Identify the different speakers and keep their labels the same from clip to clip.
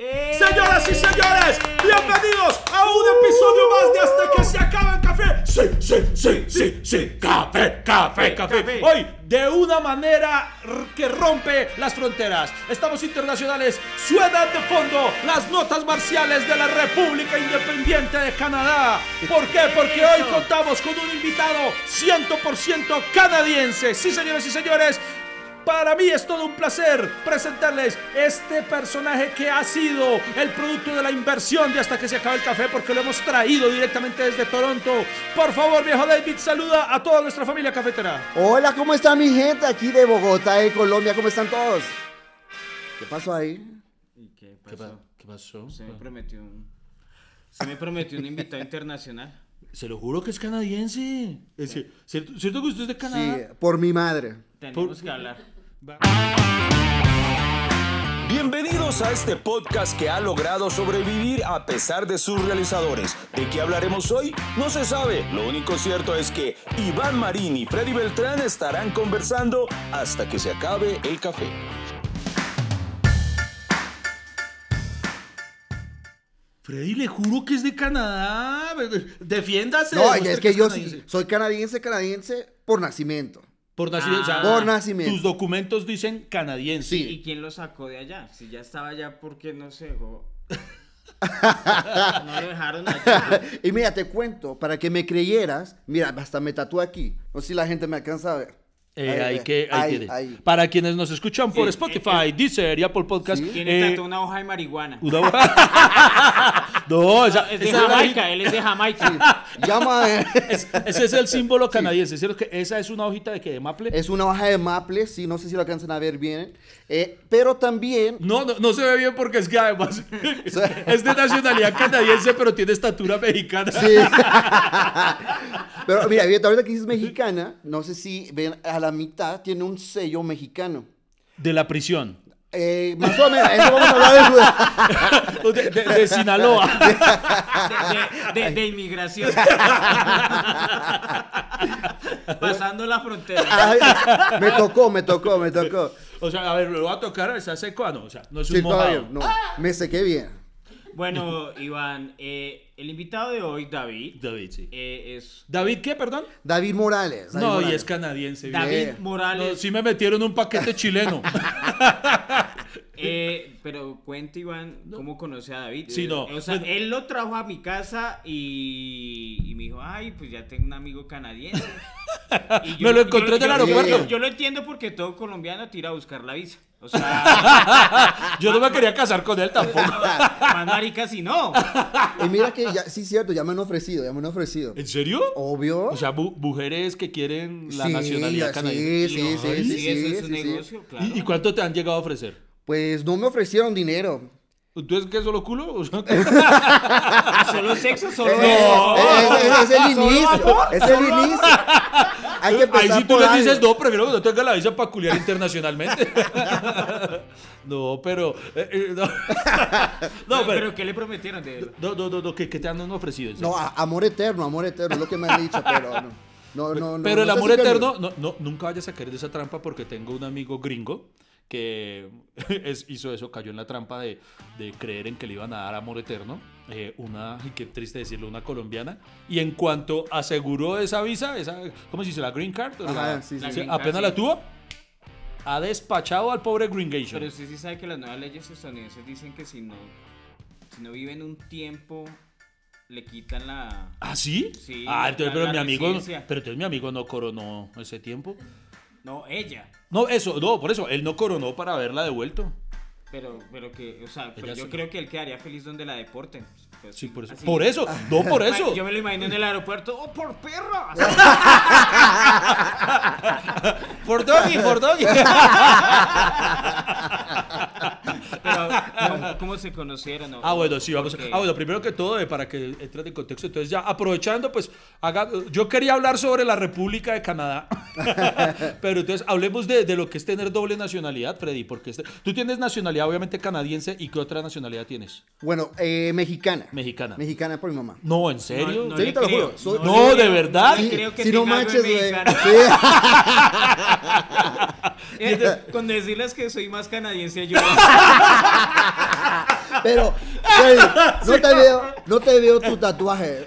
Speaker 1: ¡Eh!
Speaker 2: Señoras y señores, bienvenidos a un episodio más de Hasta que se acabe el café. Sí, sí, sí, sí, sí, café, café,
Speaker 1: Café.
Speaker 2: café. Hoy, de una manera r- que rompe las fronteras. Estamos internacionales, suenan de fondo las notas marciales de la República Independiente de Canadá. ¿Por qué? Porque hoy contamos con un invitado 100% canadiense. Sí, señoras y señores, para mí es todo un placer presentarles este personaje que ha sido el producto de la inversión de hasta que se acabe el café porque lo hemos traído directamente desde Toronto. Por favor, viejo David, saluda a toda nuestra familia cafetera.
Speaker 3: Hola, ¿cómo está mi gente aquí de Bogotá, de Colombia? ¿Cómo están todos? ¿Qué pasó ahí?
Speaker 1: ¿Y qué
Speaker 4: ¿Qué, pa-
Speaker 1: pasó?
Speaker 4: qué pasó? Ah.
Speaker 1: Se me prometió un... Se me prometió un invitado internacional.
Speaker 4: Se lo juro que es canadiense. Es que- ¿cierto, cierto que usted es de Canadá?
Speaker 3: Sí, por mi madre.
Speaker 1: Tenemos que hablar.
Speaker 5: Bienvenidos a este podcast que ha logrado sobrevivir a pesar de sus realizadores. ¿De qué hablaremos hoy? No se sabe. Lo único cierto es que Iván Marín y Freddy Beltrán estarán conversando hasta que se acabe el café.
Speaker 4: Freddy, le juro que es de Canadá. Defiéndase.
Speaker 3: No,
Speaker 4: demuestre
Speaker 3: es que yo
Speaker 4: canadiense.
Speaker 3: sí soy canadiense, canadiense por nacimiento.
Speaker 4: Por nacimiento. o sea,
Speaker 3: Ah. por nacimiento.
Speaker 4: Tus documentos dicen canadiense.
Speaker 3: Sí.
Speaker 1: ¿Y quién lo sacó de allá? Si ya estaba allá, ¿por qué no se dejó? no lo dejaron allá.
Speaker 3: Y mira, te cuento, para que me creyeras, mira, hasta me tatué aquí. No sé si la gente me alcanza a ver.
Speaker 4: Eh,
Speaker 3: Ahí,
Speaker 4: hay
Speaker 3: ve.
Speaker 4: que, hay
Speaker 3: Ahí,
Speaker 4: que-
Speaker 3: ahí.
Speaker 4: Para quienes nos escuchan por
Speaker 1: Eh,
Speaker 4: Spotify, Deezer y Apple Podcast.
Speaker 3: Sí.
Speaker 1: Tiene
Speaker 4: eh,
Speaker 1: tanto una hoja de marihuana.
Speaker 4: una- no, esa,
Speaker 1: Es de
Speaker 4: esa-
Speaker 1: Jamaica, él es de Jamaica.
Speaker 3: Llama
Speaker 4: es- ese es el símbolo canadiense, ¿cierto? Que esa es una hojita de que de maple.
Speaker 3: Es una hoja de maple, sí, no sé si lo alcanzan a ver bien. Eh, pero también
Speaker 4: No, no, no se ve bien porque es que además es de nacionalidad canadiense, pero tiene estatura mexicana.
Speaker 3: Sí. Pero mira, ahorita ahorita que dices mexicana, no sé si ven, a la mitad tiene un sello mexicano.
Speaker 4: De la prisión.
Speaker 3: Eh, más o menos, eso vamos a hablar de su-
Speaker 4: De, de- de Sinaloa.
Speaker 1: De- de, de- de inmigración. Pasando la frontera.
Speaker 3: Ay, Me tocó, me tocó, me tocó.
Speaker 4: O sea, a ver, lo va a tocar, está seco. Ah, no, o sea, no es un
Speaker 3: Sí, todavía,
Speaker 4: mojado.
Speaker 3: no, me sequé bien.
Speaker 1: Bueno, Iván, eh, el invitado de hoy, David,
Speaker 4: David, sí.
Speaker 1: eh, es
Speaker 4: ¿David qué, perdón?
Speaker 3: David Morales. David
Speaker 4: no, y
Speaker 3: Morales.
Speaker 4: es canadiense. bien.
Speaker 1: David
Speaker 3: Eh,
Speaker 4: No,
Speaker 1: Morales.
Speaker 4: sí me metieron un paquete chileno.
Speaker 1: Eh, pero cuenta, Iván, cómo conoce a David.
Speaker 4: Sí,
Speaker 1: Eh,
Speaker 4: no,
Speaker 1: O sea,
Speaker 4: bueno.
Speaker 1: él lo trajo a mi casa y, y me dijo, ay, pues ya tengo un amigo canadiense. Y
Speaker 4: Me lo encontré en el
Speaker 3: aeropuerto.
Speaker 1: Yo, yo lo entiendo porque todo colombiano tira a buscar la visa. O sea,
Speaker 4: Yo no me quería casar con él tampoco.
Speaker 1: más marica si no.
Speaker 3: Y mira que, ya, sí, cierto, ya me han ofrecido, ya me han ofrecido.
Speaker 4: ¿En serio?
Speaker 3: Obvio.
Speaker 4: O sea, bu- mujeres que quieren la
Speaker 3: Oh. Sí,
Speaker 4: nacionalidad
Speaker 3: sí,
Speaker 4: canadiense.
Speaker 3: Sí, sí,
Speaker 1: Y,
Speaker 3: sí, sí, sí,
Speaker 1: eso es un
Speaker 3: sí, sí.
Speaker 1: negocio, claro.
Speaker 4: ¿Y, y cuánto te han llegado a ofrecer?
Speaker 3: Pues no me ofrecieron dinero.
Speaker 4: ¿Entonces qué solo culo? O sea,
Speaker 1: Ah, solo sexo, solo
Speaker 3: Eh,
Speaker 1: eso.
Speaker 3: eh, eh, es, el
Speaker 1: Solo
Speaker 3: inicio,
Speaker 1: amor,
Speaker 3: es el inicio. Hay que
Speaker 4: Ahí
Speaker 3: empezar
Speaker 4: sí tú
Speaker 3: por
Speaker 4: le
Speaker 3: algo.
Speaker 4: dices, no, prefiero que no tenga la visa para culiar internacionalmente. no, pero. eh, eh, no.
Speaker 1: No,
Speaker 4: No, pero.
Speaker 1: pero ¿qué le prometieron de él?
Speaker 4: No, no, no, no, ¿qué, qué te han ofrecido?
Speaker 3: No, a- amor eterno, amor eterno, es lo que me han dicho, pero no. No, no, no,
Speaker 4: pero el
Speaker 3: no sé
Speaker 4: amor
Speaker 3: si que-
Speaker 4: eterno, no, no, nunca vayas a caer de esa trampa porque tengo un amigo gringo que es- hizo eso, cayó en la trampa de, de creer en que le iban a dar amor eterno. eh, una, y qué triste decirlo, una colombiana. Y en cuanto aseguró esa visa, esa, ¿cómo se dice? La green card. O
Speaker 3: Ajá,
Speaker 4: la-
Speaker 3: sí, sí.
Speaker 1: La
Speaker 4: se-
Speaker 1: green card,
Speaker 4: apenas
Speaker 1: sí.
Speaker 4: la tuvo, ha despachado al pobre Green Gation.
Speaker 1: Pero usted sí sabe que las nuevas leyes estadounidenses dicen que si no, si no viven un tiempo, le quitan la...
Speaker 4: ¿Ah, sí?
Speaker 1: Sí,
Speaker 4: Ah, entonces,
Speaker 1: la-
Speaker 4: pero
Speaker 1: la
Speaker 4: mi amigo,
Speaker 1: residencia.
Speaker 4: pero entonces mi amigo no coronó ese tiempo.
Speaker 1: No, ella.
Speaker 4: No, eso, no, por eso, él no coronó para haberla devuelto.
Speaker 1: Pero, pero que, o sea, pero
Speaker 4: Ella
Speaker 1: yo
Speaker 4: sí.
Speaker 1: creo que él quedaría feliz donde la deporten. Pues,
Speaker 4: Sí, por eso.
Speaker 1: así.
Speaker 4: Por eso, no por eso.
Speaker 1: Yo me lo imagino en el aeropuerto, ¡oh, por perra!
Speaker 4: Por doggy, por doggy.
Speaker 1: Pero, ¿cómo, cómo se conocieron?
Speaker 4: Ah, bueno, sí, vamos. a-
Speaker 1: Porque-
Speaker 4: Ah, bueno, primero que todo, eh, para que entres en contexto, entonces ya aprovechando, pues, haga- yo quería hablar sobre la República de Canadá, pero entonces hablemos de, de lo que es tener doble nacionalidad, Freddy, porque este- tú tienes nacionalidad obviamente canadiense y ¿qué otra nacionalidad tienes?
Speaker 3: Bueno, eh, mexicana.
Speaker 4: Mexicana.
Speaker 3: Mexicana por mi mamá.
Speaker 4: No, ¿en serio?
Speaker 1: No, no
Speaker 3: Sí,
Speaker 1: le
Speaker 3: te lo
Speaker 1: creo,
Speaker 3: juro. soy-
Speaker 1: no
Speaker 4: No,
Speaker 1: le
Speaker 4: de
Speaker 1: creo,
Speaker 4: verdad.
Speaker 1: no le
Speaker 3: Sí,
Speaker 1: creo que
Speaker 3: si no
Speaker 1: tenga algo de
Speaker 3: manches, güey.
Speaker 1: mexicano.
Speaker 3: Sí.
Speaker 1: Eh, Con decirles que soy más canadiense yo.
Speaker 3: Pero, güey, no te veo, no te veo tu tatuaje.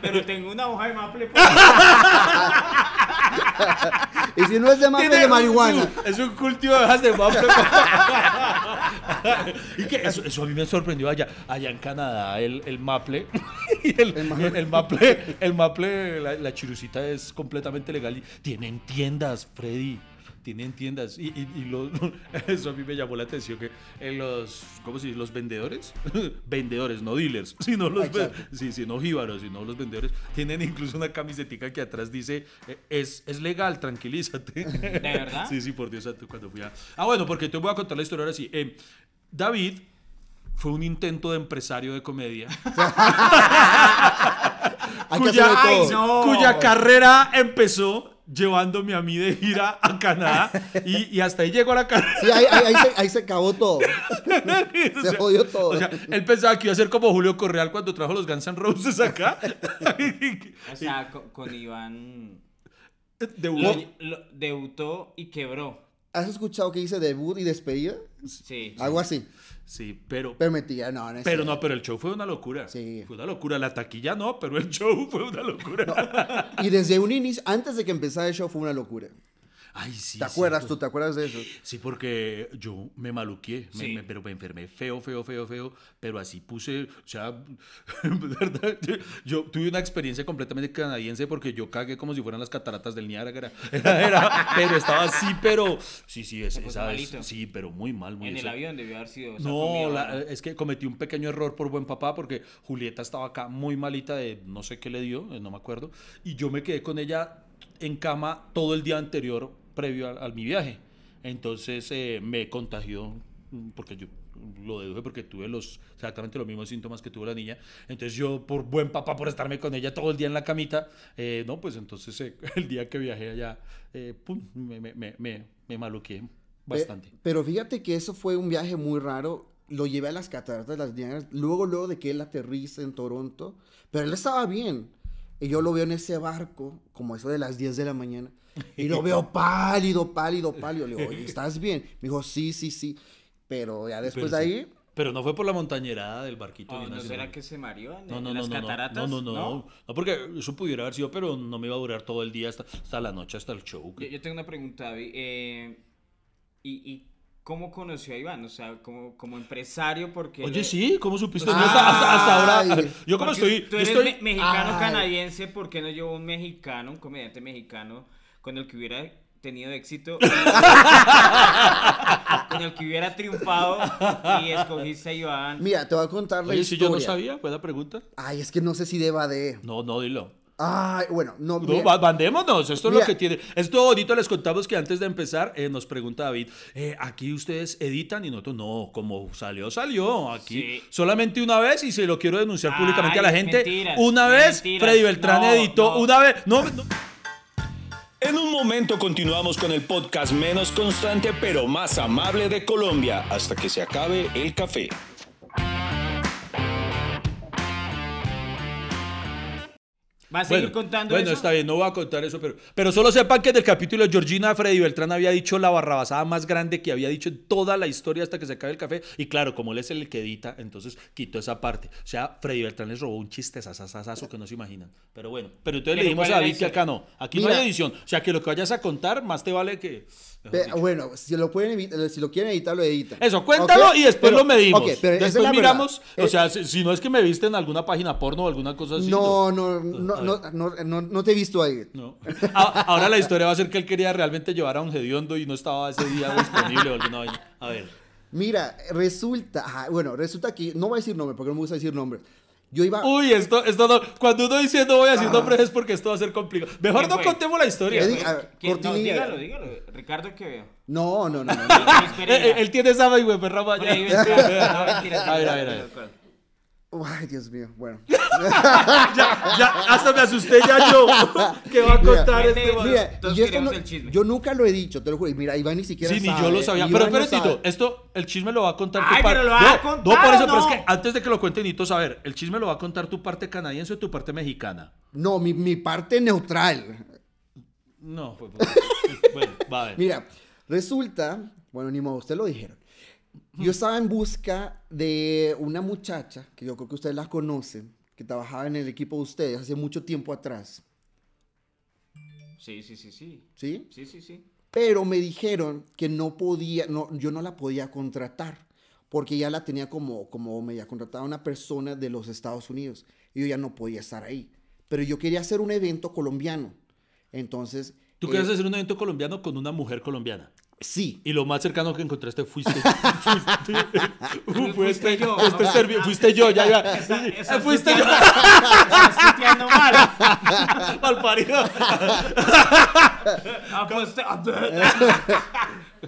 Speaker 1: Pero tengo una hoja de maple. pues.
Speaker 3: Y si no es de maple, de marihuana.
Speaker 4: Es un cultivo de hojas de maple. y que eso, eso a mí me sorprendió allá, allá en Canadá, el, el maple. y el, el, maple, el maple la, la chirucita es completamente legal. Y tienen tiendas, Freddy. Tienen tiendas. Y, y- y lo- eso a mí me llamó la atención que en los, ¿cómo se dice? Los vendedores. vendedores, no dealers. Sino los, ve-
Speaker 3: Exacto.
Speaker 4: sí, sí, no jíbaros, sino los vendedores. Tienen incluso una camisetica que atrás dice, eh, es, es legal, tranquilízate. ¿De
Speaker 1: verdad?
Speaker 4: Sí, sí, por Dios santo, cuando fui a... Ah, bueno, porque te voy a contar la historia ahora sí. Eh, David fue un intento de empresario de comedia.
Speaker 3: Hay que hacerlo
Speaker 1: ay,
Speaker 3: todo.
Speaker 1: no.
Speaker 4: cuya carrera empezó llevándome a mí de gira a Canadá. Y, y hasta ahí llegó la carrera.
Speaker 3: Sí, ahí, ahí- ahí se, ahí se acabó todo.
Speaker 4: O sea,
Speaker 3: jodió todo.
Speaker 4: O sea, él pensaba que iba a ser como Julio Correal cuando trajo los Guns N' Roses acá.
Speaker 1: O sea, co- con, Iván.
Speaker 4: de
Speaker 1: lo-
Speaker 4: Hugo.
Speaker 1: lo- debutó y quebró.
Speaker 3: ¿Has escuchado que hice debut y despedida?
Speaker 1: Sí.
Speaker 4: Ah,
Speaker 3: Algo así.
Speaker 4: Sí, pero,
Speaker 3: Pero mentira, no, no es
Speaker 4: Pero
Speaker 3: cierto.
Speaker 4: no, pero el show fue una locura.
Speaker 3: Sí.
Speaker 4: Fue una locura. La taquilla no, pero el show fue una locura.
Speaker 3: Y desde un inicio, antes de que empezara el show, fue una locura.
Speaker 4: Ay, sí.
Speaker 3: ¿Te acuerdas tú?
Speaker 4: cierto.
Speaker 3: ¿Te acuerdas de eso?
Speaker 4: Sí, porque yo me maluqué, me-
Speaker 1: Sí.
Speaker 4: me- pero me enfermé feo, feo, feo, feo, pero así puse, o sea, de verdad, yo, yo tuve una experiencia completamente canadiense porque yo cagué como si fueran las cataratas del Niágara, Era- era- pero estaba así, pero sí, sí, es,
Speaker 1: Se puso
Speaker 4: esa vez-
Speaker 1: malito.
Speaker 4: sí, pero muy mal, muy
Speaker 1: En el
Speaker 4: eso-
Speaker 1: avión debió haber sido. o sea,
Speaker 4: no,
Speaker 1: comido
Speaker 4: la- eh,
Speaker 1: algo.
Speaker 4: es que cometí un pequeño error por buen papá porque Julieta estaba acá muy malita de no sé qué le dio, eh, no me acuerdo, y yo me quedé con ella en cama todo el día anterior previo al- a, mi viaje. Entonces eh, me contagió mm, porque yo lo deduje porque tuve los exactamente los mismos síntomas que tuvo la niña. Entonces yo por buen papá por estarme con ella todo el día en la camita, eh, no, pues entonces eh, el día que viajé allá, eh, pum, me, me, me, me, me maluqué
Speaker 3: Pe-
Speaker 4: bastante.
Speaker 3: Pero fíjate que eso fue un viaje muy raro. Lo llevé a las cataratas, las Niágaras, luego, luego de que él aterriza en Toronto. Pero él estaba bien. Y yo lo veo en ese barco, como eso de las 10 de la mañana. Y lo veo pálido, pálido, pálido. Le digo, oye, ¿estás bien? Me dijo, sí, sí, sí. Pero ya después
Speaker 4: Pero
Speaker 3: de
Speaker 4: sí.
Speaker 3: ahí,
Speaker 4: Pero no fue por la montañerada del barquito.
Speaker 1: Oh,
Speaker 4: ni
Speaker 1: ¿No
Speaker 4: nada, sino-
Speaker 1: será que se mareó en,
Speaker 4: no,
Speaker 1: en
Speaker 4: no, no,
Speaker 1: las
Speaker 4: no, no,
Speaker 1: cataratas?
Speaker 4: No, no, no, No, porque eso pudiera haber sido, pero no me iba a durar todo el día hasta, hasta la noche, hasta el show.
Speaker 1: Yo, yo tengo una pregunta, David. eh, ¿y, y cómo conoció a Iván? O sea, como, como empresario, porque.
Speaker 4: Oye,
Speaker 1: lo-
Speaker 4: sí, ¿cómo supiste?
Speaker 3: Ah.
Speaker 4: Yo hasta, hasta- hasta ahora.
Speaker 3: Ay.
Speaker 4: Yo como
Speaker 1: Porque
Speaker 4: estoy.
Speaker 1: Tú
Speaker 4: yo
Speaker 1: eres
Speaker 4: estoy-
Speaker 1: me- mexicano
Speaker 3: Ay.
Speaker 1: canadiense, ¿por qué no llevó un mexicano, un comediante mexicano, con el que hubiera tenido éxito? y- con el que hubiera triunfado y escogiste a Iván.
Speaker 3: mira, te voy a contar la
Speaker 4: Oye, si
Speaker 3: historia.
Speaker 4: yo no sabía, buena pregunta.
Speaker 3: Ay, es que no sé si deba de...
Speaker 4: No, no, dilo.
Speaker 3: Ay, bueno, no...
Speaker 4: No,
Speaker 3: mira.
Speaker 4: va- mandémonos, esto es
Speaker 3: Mira.
Speaker 4: lo que tiene. Esto ahorita les contamos que antes de empezar eh, nos pregunta David, eh, aquí ustedes editan y nosotros no, como salió, salió. Aquí
Speaker 1: Sí.
Speaker 4: solamente una vez y se lo quiero denunciar
Speaker 1: Ay,
Speaker 4: públicamente a la gente.
Speaker 1: mentiras,
Speaker 4: una vez
Speaker 1: mentiras.
Speaker 4: Freddy Beltrán
Speaker 1: No,
Speaker 4: editó,
Speaker 1: no.
Speaker 4: una vez. No, no.
Speaker 5: En un momento continuamos con el podcast menos constante pero más amable de Colombia hasta que se acabe el café.
Speaker 1: ¿Va a seguir
Speaker 4: bueno,
Speaker 1: contando
Speaker 4: bueno,
Speaker 1: eso?
Speaker 4: está bien, no voy a contar eso, pero, pero solo sepan que en el capítulo Georgina Freddy Beltrán había dicho la barrabasada más grande que había dicho en toda la historia hasta que se acabe el café. Y claro, como él es el que edita, entonces quitó esa parte. O sea, Freddy Beltrán les robó un chiste sasasasazo que no se imaginan. Pero bueno, pero entonces
Speaker 1: Pero
Speaker 4: le dijimos
Speaker 1: ¿cuál
Speaker 4: a
Speaker 1: era la
Speaker 4: David que
Speaker 1: historia?
Speaker 4: acá no. Aquí no
Speaker 3: Mira.
Speaker 4: hay edición. O sea, que lo que vayas a contar, más te vale que. mejor
Speaker 3: Pe-
Speaker 4: dicho.
Speaker 3: bueno, si lo, pueden evi- si lo quieren editar, lo editan.
Speaker 4: Eso, cuéntalo
Speaker 3: ¿Ok?
Speaker 4: y después
Speaker 3: Pero-
Speaker 4: lo medimos.
Speaker 3: ok, pero esa
Speaker 4: después
Speaker 3: es la verdad.
Speaker 4: miramos.
Speaker 3: Eh,
Speaker 4: O sea, si, si no es que me viste en alguna página porno o alguna cosa así.
Speaker 3: No, no,
Speaker 4: A
Speaker 3: no,
Speaker 4: ver.
Speaker 3: no, no, no, no te he visto ahí.
Speaker 4: No. A- Ahora la historia va a ser que él quería realmente llevar a un hediondo y no estaba ese día disponible o alguna vaina. A ver.
Speaker 3: Mira, resulta, ajá, bueno, resulta que, no voy a decir nombre porque no me gusta decir nombres. Yo iba,
Speaker 4: Uy, esto, esto no- cuando uno dice no voy a decir nombres es porque esto va a ser complicado. Mejor
Speaker 1: ¿Quién
Speaker 4: no
Speaker 1: fue?
Speaker 4: contemos la historia.
Speaker 3: Yo
Speaker 4: Eh,
Speaker 3: digo- a ver,
Speaker 1: ¿Quién? No,
Speaker 3: cortinilla.
Speaker 1: dígalo, dígalo. Ricardo Quevedo.
Speaker 3: no, no, no, no, no.
Speaker 1: Luis Pereira.
Speaker 4: eh, Él tiene esa vaina, güey, perra vaya.
Speaker 1: Freddy Beltrán. No, mentiras,
Speaker 4: A ver, a
Speaker 1: mentiras,
Speaker 4: ver, a ver.
Speaker 1: mentiras.
Speaker 3: Ay, Dios mío, bueno.
Speaker 4: Ya, ya, hasta me asusté ya yo. ¿Qué va a contar
Speaker 1: Mira,
Speaker 4: este
Speaker 1: mira,
Speaker 4: man?
Speaker 3: Mira,
Speaker 1: Todos
Speaker 3: y esto
Speaker 1: queremos
Speaker 3: no-
Speaker 1: el chisme.
Speaker 3: yo nunca lo he dicho, te lo juro. Y mira, Iván ni siquiera
Speaker 4: Sí, ni
Speaker 3: sabe.
Speaker 4: yo lo sabía.
Speaker 3: Iván
Speaker 4: Pero
Speaker 3: no
Speaker 4: espérate, eh.
Speaker 3: sabe.
Speaker 4: esto, el chisme lo va a contar
Speaker 1: Ay,
Speaker 4: tu parte.
Speaker 1: pero lo vas a
Speaker 4: no,
Speaker 1: contar,
Speaker 4: no, por
Speaker 1: ¿o
Speaker 4: eso, pero es
Speaker 1: no?
Speaker 4: que antes de que lo cuente Nito, a ver, el chisme lo va a contar tu parte canadiense o tu parte mexicana.
Speaker 3: No, mi, mi parte neutral.
Speaker 4: No, pues, bueno, va a ver.
Speaker 3: Mira, resulta, bueno, ni modo, ustedes lo dijeron. Yo estaba en busca de una muchacha, que yo creo que ustedes la conocen, que trabajaba en el equipo de ustedes hace mucho tiempo atrás.
Speaker 1: Sí, sí, sí, sí.
Speaker 3: ¿Sí?
Speaker 1: Sí, sí, sí.
Speaker 3: Pero me dijeron que no podía, no, yo no la podía contratar porque ya la tenía como, como me había contratado una persona de los Estados Unidos y yo ya no podía estar ahí. Pero yo quería hacer un evento colombiano. Entonces...
Speaker 4: Tú
Speaker 3: eh,
Speaker 4: querías hacer un evento colombiano con una mujer colombiana.
Speaker 3: Sí.
Speaker 4: Y lo más cercano que encontraste fuiste. Fuiste,
Speaker 1: Fuiste yo.
Speaker 4: Fuiste, Servio, fuiste yo, ya, ya.
Speaker 1: Esa- esa
Speaker 4: fuiste yo.
Speaker 1: tuteando- esa es tuteando mal.
Speaker 4: Mal parido.
Speaker 1: Aposté-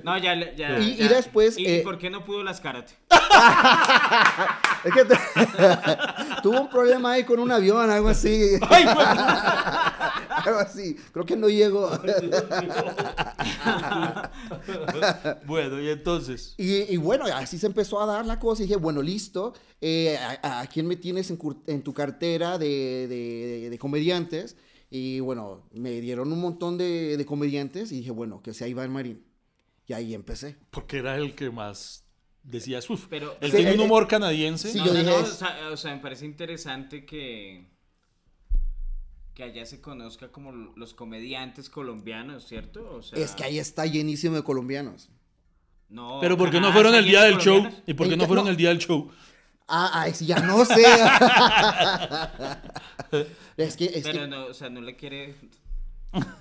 Speaker 1: No, ya, le- ya,
Speaker 3: Y-
Speaker 1: ya.
Speaker 3: y después,
Speaker 1: ¿Y
Speaker 3: eh,
Speaker 1: por qué no pudo las karate?
Speaker 3: Es que te- tuvo un problema ahí con un avión, algo así. algo así. Creo que no llegó.
Speaker 4: Bueno, y entonces.
Speaker 3: Y, y bueno, así se empezó a dar la cosa. Y dije, bueno, listo. eh, a, a quién me tienes en, cur- en tu cartera de, de- de comediantes? Y bueno, me dieron un montón de, de comediantes. Y dije, bueno, que sea Iván Marín. Y ahí empecé.
Speaker 4: Porque era el que más decías, uff.
Speaker 1: Pero-
Speaker 4: él
Speaker 3: Sí,
Speaker 4: tiene un
Speaker 3: eh,
Speaker 4: humor canadiense.
Speaker 3: sí,
Speaker 1: No,
Speaker 3: yo
Speaker 1: no,
Speaker 3: dije
Speaker 1: no, o,
Speaker 3: es-
Speaker 1: sea, o sea, me parece interesante que que allá se conozca como los comediantes colombianos, ¿cierto? O sea,
Speaker 3: Es que ahí está llenísimo de colombianos.
Speaker 1: no,
Speaker 4: Pero porque no
Speaker 1: Canadá
Speaker 4: fueron
Speaker 1: está
Speaker 4: el día
Speaker 1: lleno
Speaker 4: del
Speaker 1: de
Speaker 4: show.
Speaker 1: colombianos.
Speaker 4: ¿Y por qué
Speaker 3: En
Speaker 4: no
Speaker 3: ca-
Speaker 4: fueron
Speaker 3: Eh, no.
Speaker 4: el día del show?
Speaker 3: Ah, ah, es- ya no sé. es que, es que-
Speaker 1: Pero no, o sea, no le quiere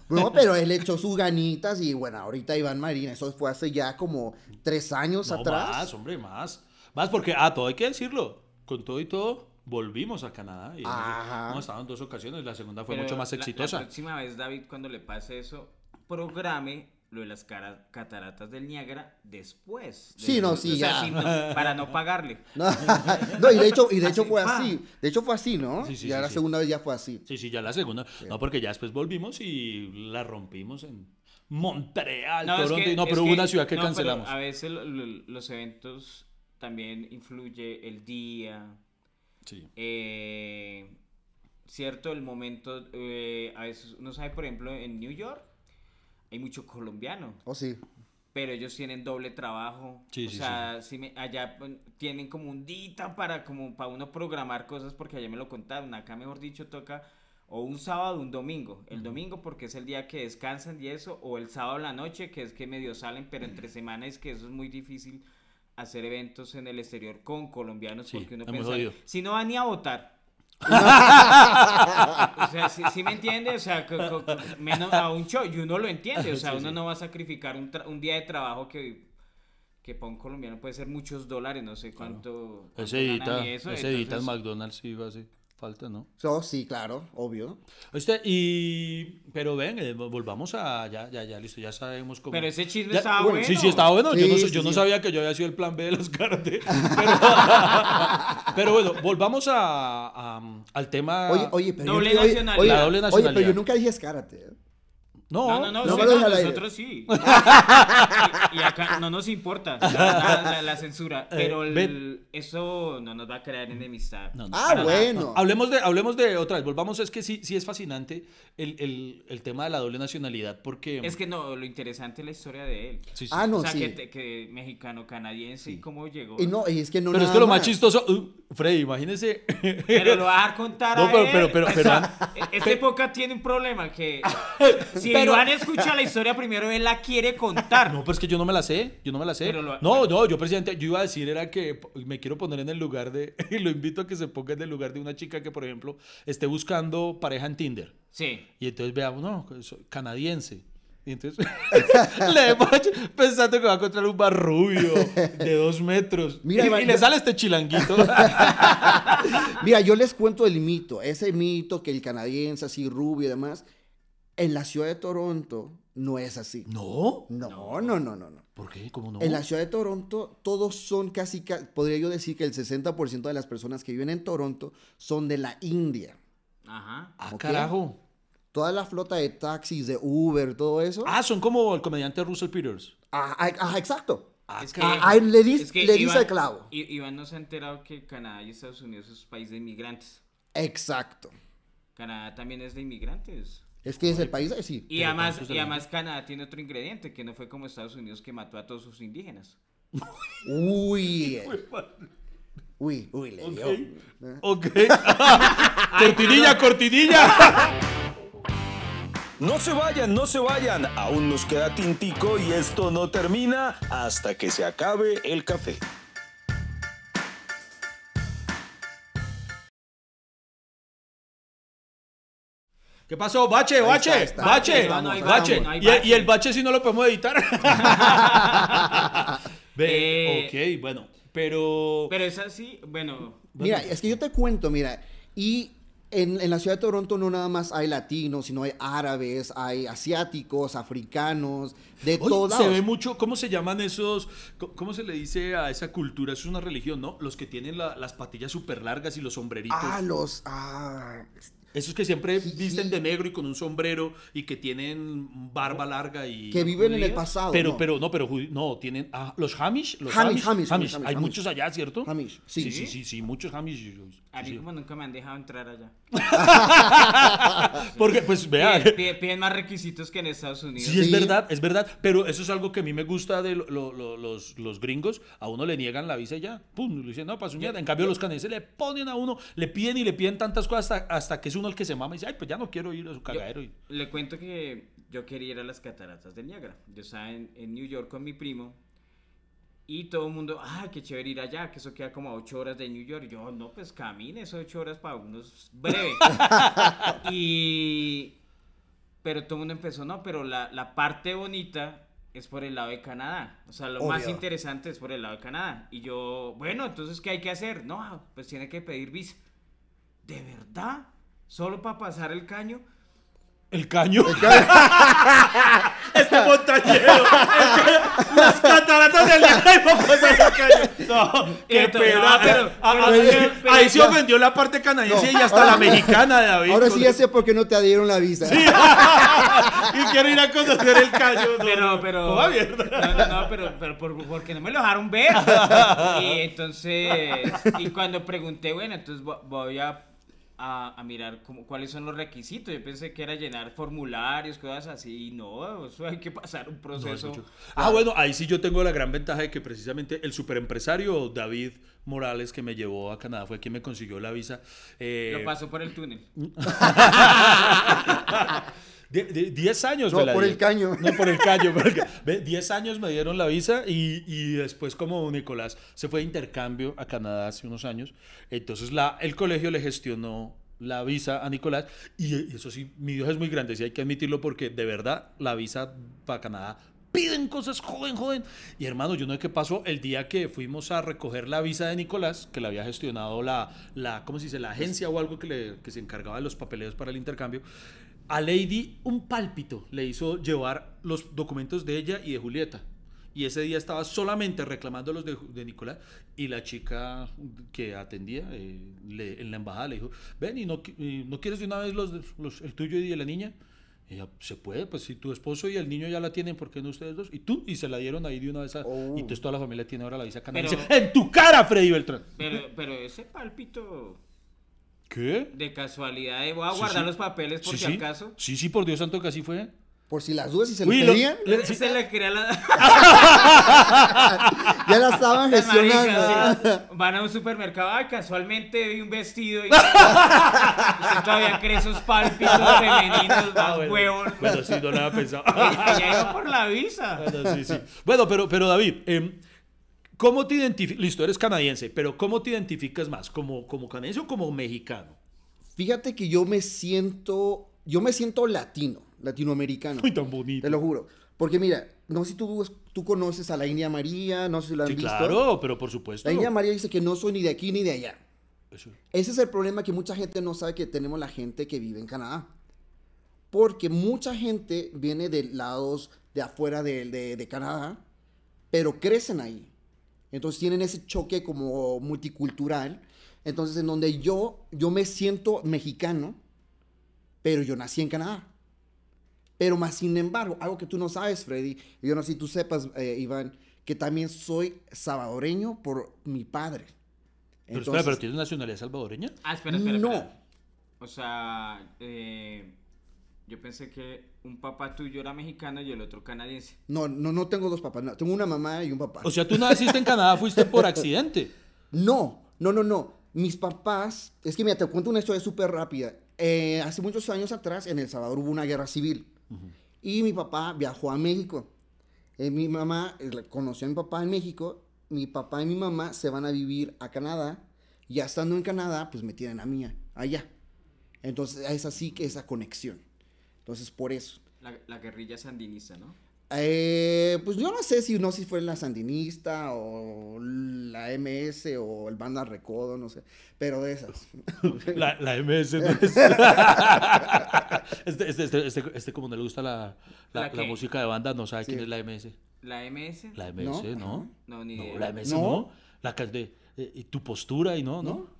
Speaker 3: No, pero él echó sus ganitas y bueno, ahorita Iván Marín, eso fue hace ya como tres años
Speaker 4: No,
Speaker 3: atrás.
Speaker 4: más, hombre, más. Más porque, ah, todo hay que decirlo. Con todo y todo, volvimos a Canadá. Y
Speaker 3: Ajá.
Speaker 4: No, estaban dos ocasiones. La segunda fue
Speaker 1: Pero
Speaker 4: mucho más
Speaker 1: la- La,
Speaker 4: exitosa.
Speaker 1: próxima vez, David, cuando le pase eso, programe lo de las cara- cataratas del Niágara después. de-
Speaker 3: Sí, no, sí,
Speaker 1: o sea,
Speaker 3: ya.
Speaker 1: sin- no, para no pagarle.
Speaker 3: No, no, y de hecho, y de hecho
Speaker 1: Así,
Speaker 3: fue
Speaker 1: pa.
Speaker 3: así. De hecho fue así, ¿no?
Speaker 4: Sí, sí,
Speaker 3: ya
Speaker 4: sí,
Speaker 3: la
Speaker 4: sí.
Speaker 3: segunda vez ya fue así.
Speaker 4: Sí, sí, ya la segunda. No, porque ya después volvimos y la rompimos en Montreal,
Speaker 1: es
Speaker 4: Toronto.
Speaker 1: que-
Speaker 4: y no,
Speaker 1: es
Speaker 4: pero hubo
Speaker 1: que-
Speaker 4: una ciudad que
Speaker 1: no, pero
Speaker 4: cancelamos.
Speaker 1: A veces lo- lo- los eventos también influye el día,
Speaker 4: Sí.
Speaker 1: eh, cierto, el momento. eh, a veces uno sabe, por ejemplo, en New York hay mucho colombiano.
Speaker 3: ¿O Oh, sí?
Speaker 1: pero ellos tienen doble trabajo.
Speaker 4: Sí,
Speaker 1: o
Speaker 4: sí,
Speaker 1: sea, si me- allá pon- tienen como un dita para como para uno programar cosas porque allá me lo contaron. Acá, mejor dicho, toca o un sábado o un domingo. El domingo porque es el día que descansan y eso, o el sábado en la noche que es que medio salen, pero entre semana es que eso es muy difícil hacer eventos en el exterior con colombianos
Speaker 4: Sí,
Speaker 1: porque uno
Speaker 4: es muy
Speaker 1: piensa,
Speaker 4: jodido.
Speaker 1: si no van ni a votar. o sea, si me entiende, o sea, co- co- co- menos a un show, y uno lo entiende, o sea, uno no va a sacrificar un, tra- un día de trabajo que, que para un colombiano puede ser muchos dólares, no sé cuánto. cuánto
Speaker 4: Ese
Speaker 1: ganan
Speaker 4: edita,
Speaker 1: y eso,
Speaker 4: ese edita en
Speaker 1: entonces-
Speaker 4: McDonald's iba así. Falta, ¿no?
Speaker 3: So, sí, claro, obvio.
Speaker 4: Usted, Este, y. Pero ven, eh, volvamos a. Ya, ya, ya, listo, ya sabemos cómo.
Speaker 1: Pero ese chisme
Speaker 4: Ya,
Speaker 1: estaba
Speaker 4: bueno,
Speaker 1: bueno.
Speaker 4: Sí, sí, estaba bueno. yo
Speaker 3: Sí,
Speaker 4: no, sé-
Speaker 3: sí,
Speaker 4: yo no
Speaker 3: sí.
Speaker 4: sabía que yo había sido el plan B de los karate. Pero, pero bueno, volvamos a, a- al tema.
Speaker 3: Oye, oye, pero.
Speaker 1: Doble
Speaker 3: yo, oye,
Speaker 1: nacionalidad.
Speaker 3: oye,
Speaker 4: La doble
Speaker 3: Oye, pero
Speaker 4: nacionalidad.
Speaker 3: yo nunca dije escárate.
Speaker 4: No,
Speaker 1: No, no, no,
Speaker 3: No
Speaker 1: sí,
Speaker 3: me lo
Speaker 1: no,
Speaker 3: dije al aire.
Speaker 1: nosotros sí. y, y acá no nos importa la, la- la- la censura, pero el-
Speaker 4: ven.
Speaker 1: eso no nos va a crear enemistad.
Speaker 4: No, no.
Speaker 3: Ah,
Speaker 1: Para nada.
Speaker 3: bueno.
Speaker 4: Hablemos de, hablemos de otra vez, volvamos, es que sí, sí es fascinante el, el- el tema de la doble nacionalidad, porque...
Speaker 1: Es que no, lo interesante es la historia de él.
Speaker 4: Sí, sí.
Speaker 3: Ah, no,
Speaker 1: o sea,
Speaker 3: sí.
Speaker 1: que, te- que mexicano, canadiense, y cómo llegó.
Speaker 3: Y no, y es que no.
Speaker 4: pero es
Speaker 3: nada
Speaker 4: que lo más
Speaker 3: más.
Speaker 4: chistoso... uh, Freddy, imagínese...
Speaker 1: Pero lo va a dejar contar
Speaker 4: No,
Speaker 1: a
Speaker 4: pero-
Speaker 1: él.
Speaker 4: pero- pero-
Speaker 1: O
Speaker 4: pero-
Speaker 1: sea, e- esta época tiene un problema que si
Speaker 4: Pero-
Speaker 1: Iván escucha la historia primero, él la quiere contar.
Speaker 4: No, pero es que yo no me la sé, yo no me la sé.
Speaker 1: Pero lo-
Speaker 4: no, no, yo presidente, yo iba a decir era que p- me quiero poner en el lugar de, y lo invito a que se ponga en el lugar de una chica que, por ejemplo, esté buscando pareja en Tinder.
Speaker 1: Sí.
Speaker 4: Y entonces veamos, no, que soy canadiense. Y entonces le macho, pensando que va a encontrar un bar rubio de dos metros.
Speaker 3: Mira,
Speaker 4: y,
Speaker 3: Iván,
Speaker 4: y le
Speaker 3: yo-
Speaker 4: sale este chilanguito.
Speaker 3: Mira, yo les cuento el mito. Ese mito que el canadiense, así rubio y demás. En la ciudad de Toronto no es así.
Speaker 4: no,
Speaker 3: No, no, no, no. no.
Speaker 4: ¿por qué? ¿Cómo no?
Speaker 3: En la ciudad de Toronto, todos son casi, ca- podría yo decir que el 60% de las personas que viven en Toronto son de la India.
Speaker 1: Ajá.
Speaker 4: Ah,
Speaker 3: Ok.
Speaker 4: carajo.
Speaker 3: Toda la flota de taxis, de Uber, todo eso.
Speaker 4: Ah, son como el comediante Russell Peters.
Speaker 3: Ah, ah, ah, exacto.
Speaker 1: Es que-
Speaker 3: Ah, ah, le dis-
Speaker 1: es que
Speaker 3: le dice
Speaker 1: Iván-
Speaker 3: el clavo.
Speaker 1: I- Iván no se ha enterado que Canadá y Estados Unidos es país de inmigrantes.
Speaker 3: Exacto.
Speaker 1: Canadá también es de inmigrantes.
Speaker 3: Es que es el país, eh, sí.
Speaker 1: Y
Speaker 4: Pero
Speaker 1: además,
Speaker 4: tantos
Speaker 1: y
Speaker 4: elementos.
Speaker 1: además Canadá tiene otro ingrediente, que no fue como Estados Unidos que mató a todos sus indígenas.
Speaker 3: Uy. Uy, uy, le dio. Ah.
Speaker 4: Ok. cortinilla, cortinilla.
Speaker 5: No se vayan, no se vayan. Aún nos queda tintico y esto no termina hasta que se acabe el café.
Speaker 4: ¿Qué pasó? Bache, bache,
Speaker 3: está, está.
Speaker 4: bache,
Speaker 3: No, no hay
Speaker 4: bache.
Speaker 1: bache, no hay
Speaker 4: Y-
Speaker 1: bache.
Speaker 4: Y, el bache sí no lo podemos editar. Ve,
Speaker 1: Eh.
Speaker 4: ok, bueno.
Speaker 3: Oh.
Speaker 4: Pero.
Speaker 1: Pero es así, bueno.
Speaker 3: Mira, es que yo te cuento, mira, y en, en la ciudad de Toronto no nada más hay latinos, sino hay árabes, hay asiáticos, africanos, de
Speaker 4: Oye,
Speaker 3: todos
Speaker 4: se ve
Speaker 3: lados.
Speaker 4: mucho, ¿cómo se llaman esos? co- ¿Cómo se le dice a esa cultura? Eso es una religión, ¿no? Los que tienen la- las patillas súper largas y los sombreritos.
Speaker 3: Ah, los... Ah,
Speaker 4: Esos que siempre
Speaker 3: Sí,
Speaker 4: visten
Speaker 3: sí.
Speaker 4: de negro y con un sombrero y que tienen barba larga y...
Speaker 3: que viven en el
Speaker 4: ¿Judíos?
Speaker 3: pasado.
Speaker 4: Pero,
Speaker 3: ¿no?
Speaker 4: pero, no, pero judi- no, tienen... ah, los Hamish, los
Speaker 3: Hamish,
Speaker 4: Hamish,
Speaker 3: Hamish, Hamish,
Speaker 4: Hay
Speaker 3: Hamish.
Speaker 4: muchos allá, ¿cierto?
Speaker 3: Hamish, sí.
Speaker 4: Sí, sí, sí, sí, muchos Hamish. sí, sí.
Speaker 1: A mí como nunca me han dejado entrar allá.
Speaker 4: Porque, pues, vea...
Speaker 1: Piden, piden- piden más requisitos que en Estados Unidos.
Speaker 4: Sí, es
Speaker 3: Sí.
Speaker 4: verdad, es verdad, pero eso es algo que a mí me gusta de lo- lo- lo- los, los gringos, a uno le niegan la visa y ya, pum, le dicen, no, pasa mierda. En cambio, los canadienses le ponen a uno, le piden y le piden tantas cosas hasta, hasta que es uno el que se mama y dice, ay, pues ya no quiero ir a su
Speaker 1: Yo-
Speaker 4: cagadero. y-
Speaker 1: le cuento que yo quería ir a las cataratas del Niágara. Yo estaba en, en New York con mi primo y todo el mundo, ah, qué chévere ir allá, que eso queda como a ocho horas de New York. Yo, no, pues camine, eso ocho horas para unos breve. y... Pero todo el mundo empezó, no, pero la, la parte bonita es por el lado de Canadá. O sea, lo más
Speaker 3: Obvio.
Speaker 1: interesante es por el lado de Canadá. Y yo, bueno, entonces, ¿qué hay que hacer? No, pues tiene que pedir visa. ¿De verdad? ¿Solo para pasar el caño?
Speaker 4: El caño. este montañero. el- las cataratas del Niágara y vamos a hacer el caño. No, qué
Speaker 1: Esto, no,
Speaker 4: pena.
Speaker 1: pero-
Speaker 4: Ah, ah,
Speaker 1: pero-
Speaker 4: ahí-
Speaker 1: pero-
Speaker 4: ahí se
Speaker 1: no.
Speaker 4: ofendió la parte canadiense
Speaker 3: No,
Speaker 4: y hasta
Speaker 3: ahora-
Speaker 4: la mexicana, David.
Speaker 3: Ahora sí
Speaker 4: con-
Speaker 3: ya sé por qué no te dieron la visa.
Speaker 4: y quiero ir a conocer el caño. no,
Speaker 1: Pero,
Speaker 4: no,
Speaker 1: pero.
Speaker 4: no, va mierda.
Speaker 1: No, no, no, pero, pero por- porque no me lo dejaron ver. Y entonces. Y cuando pregunté, bueno, entonces vo- voy a, a, a mirar cómo- cuáles son los requisitos. Yo pensé que era llenar formularios, cosas así. Y no, eso hay que pasar un
Speaker 4: No, es
Speaker 1: proceso.
Speaker 4: mucho. Ah, bueno, ahí sí yo tengo la gran ventaja de que precisamente el superempresario David Morales que me llevó a Canadá fue quien me consiguió la visa. Eh, mm,
Speaker 1: lo pasó por el túnel.
Speaker 4: de- de- 10 años
Speaker 3: No,
Speaker 4: me la
Speaker 3: por el
Speaker 4: dieron.
Speaker 3: caño.
Speaker 4: No, por el caño. por el ca- Ve, 10 años me dieron la visa y, y después como Nicolás se fue de intercambio a Canadá hace unos años, entonces la, el colegio le gestionó la visa a Nicolás y, eh, eso sí, mi Dios es muy grande, sí hay que admitirlo porque de verdad la visa para Canadá piden cosas, joden, joden. Y hermano, yo no sé qué pasó el día que fuimos a recoger la visa de Nicolás, que la había gestionado la, la ¿cómo se dice? La agencia o algo que, le- que se encargaba de los papeleos para el intercambio. A Lady un pálpito le hizo llevar los documentos de ella y de Julieta. Y ese día estaba solamente reclamando los de, Ju- de Nicolás y la chica que atendía eh, le- en la embajada le dijo, ven y no, qui- y no quieres de una vez los, de- los- el tuyo y de la niña. Y ella, se puede, pues si tu esposo y el niño ya la tienen, ¿por qué no ustedes dos? Y tú, y se la dieron ahí de una vez a,
Speaker 3: Oh.
Speaker 4: y entonces toda la familia tiene ahora la visa canadiense.
Speaker 1: Pero-
Speaker 4: ¡En tu cara, Freddy Beltrán!
Speaker 1: Pero, pero ese palpito
Speaker 4: ¿Qué?
Speaker 1: de casualidad de voy a
Speaker 4: Sí,
Speaker 1: guardar
Speaker 4: sí.
Speaker 1: los papeles por
Speaker 4: Sí,
Speaker 1: si
Speaker 4: sí.
Speaker 1: acaso.
Speaker 4: Sí, sí, por Dios santo que así fue.
Speaker 3: Por si las dudas, si se
Speaker 4: Uy,
Speaker 3: lo
Speaker 4: lo-
Speaker 3: pedían,
Speaker 4: le-
Speaker 1: Sí, se le quería la.
Speaker 3: ya la estaban
Speaker 1: Las maricas,
Speaker 3: gestionando.
Speaker 1: sí. Van a un supermercado, ay, casualmente vi un vestido y Usted todavía cree esos pálpitos femeninos,
Speaker 4: Ah,
Speaker 1: más
Speaker 4: bueno.
Speaker 1: huevón.
Speaker 4: Bueno, sí, no lo había pensado.
Speaker 1: Y ya iba por la visa.
Speaker 4: Bueno, sí, sí. Bueno, pero, pero David, em, ¿cómo te identificas? Listo, eres canadiense, pero ¿cómo te identificas más? ¿Como, como canadiense o como mexicano?
Speaker 3: Fíjate que yo me siento, yo me siento latino, latinoamericano.
Speaker 4: Muy tan bonito.
Speaker 3: Te lo juro. Porque mira, no sé si tú, tú conoces a la India María, no sé si la han
Speaker 4: Sí,
Speaker 3: visto.
Speaker 4: claro, pero por supuesto.
Speaker 3: La India María dice que no soy ni de aquí ni de allá.
Speaker 4: Eso.
Speaker 3: Ese es el problema que mucha gente no sabe que tenemos la gente que vive en Canadá. Porque mucha gente viene de lados de afuera de, de- de Canadá, pero crecen ahí. Entonces tienen ese choque como multicultural. Entonces en donde yo, yo me siento mexicano, pero yo nací en Canadá. Pero más sin embargo, algo que tú no sabes, Freddy, y yo no sé si tú sepas, eh, Iván, que también soy salvadoreño por mi padre.
Speaker 4: Pero espera,
Speaker 3: Entonces-
Speaker 4: ¿pero tienes nacionalidad salvadoreña?
Speaker 1: Ah, espera, espera.
Speaker 3: No.
Speaker 1: espera. O sea, eh, Yo pensé que un papá tuyo era mexicano y el otro canadiense.
Speaker 3: No, no, no tengo dos papás. no, tengo una mamá y un papá.
Speaker 4: O sea, tú naciste en Canadá, fuiste por accidente.
Speaker 3: No, no, no, no. Mis papás, es que mira, te cuento una historia súper rápida. Eh, hace muchos años atrás, en El Salvador hubo una guerra civil. Y mi papá viajó a México. Eh, mi mamá eh, la- conoció a mi papá en México. Mi papá y mi mamá se van a vivir a Canadá. Ya estando en Canadá, pues me tienen a mí allá. Entonces es así que esa conexión. Entonces por eso.
Speaker 1: La, la guerrilla sandinista, ¿no?
Speaker 3: Eh, pues yo no sé si no sé si fue la sandinista o la MS o el banda Recodo, no sé, pero de esas.
Speaker 4: La, la MS no es- este, este, este, este, este como no le gusta la,
Speaker 1: ¿La
Speaker 4: la- la
Speaker 1: qué?
Speaker 4: música de banda, no sabe
Speaker 3: Sí.
Speaker 4: quién es la MS.
Speaker 1: La MS.
Speaker 4: La MS,
Speaker 3: No,
Speaker 4: ¿no?
Speaker 1: No, ni idea.
Speaker 4: No, la MS
Speaker 3: ¿No?
Speaker 4: no. La can- de, eh, y tu postura y no, ¿no?
Speaker 3: ¿No?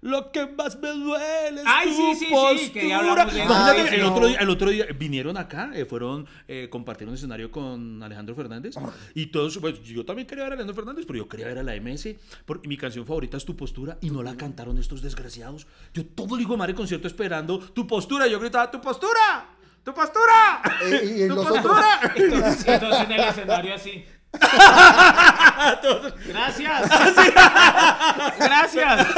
Speaker 4: Lo que más me duele es
Speaker 1: Ay,
Speaker 4: tu
Speaker 1: sí, sí, sí, que ya
Speaker 4: postura.
Speaker 1: hablamos de-
Speaker 4: Imagínate,
Speaker 3: Ay,
Speaker 4: el,
Speaker 3: no.
Speaker 4: otro día, el otro día vinieron acá, eh, fueron, eh, compartieron escenario con Alejandro Fernández.
Speaker 3: Ah.
Speaker 4: Y todos, pues yo también quería ver a Alejandro Fernández, pero yo quería ver a la MS. Porque mi canción favorita es Tu Postura y no la cantaron estos desgraciados. Yo todo el hijo de madre concierto esperando Tu Postura. y Yo gritaba, ¡Tu Postura! ¡Tu Postura!
Speaker 1: Ah,
Speaker 3: Eh, y- y
Speaker 4: ¡Tu
Speaker 3: nosotros-
Speaker 4: Postura!
Speaker 1: Entonces, entonces en el escenario así. Gracias. Gracias.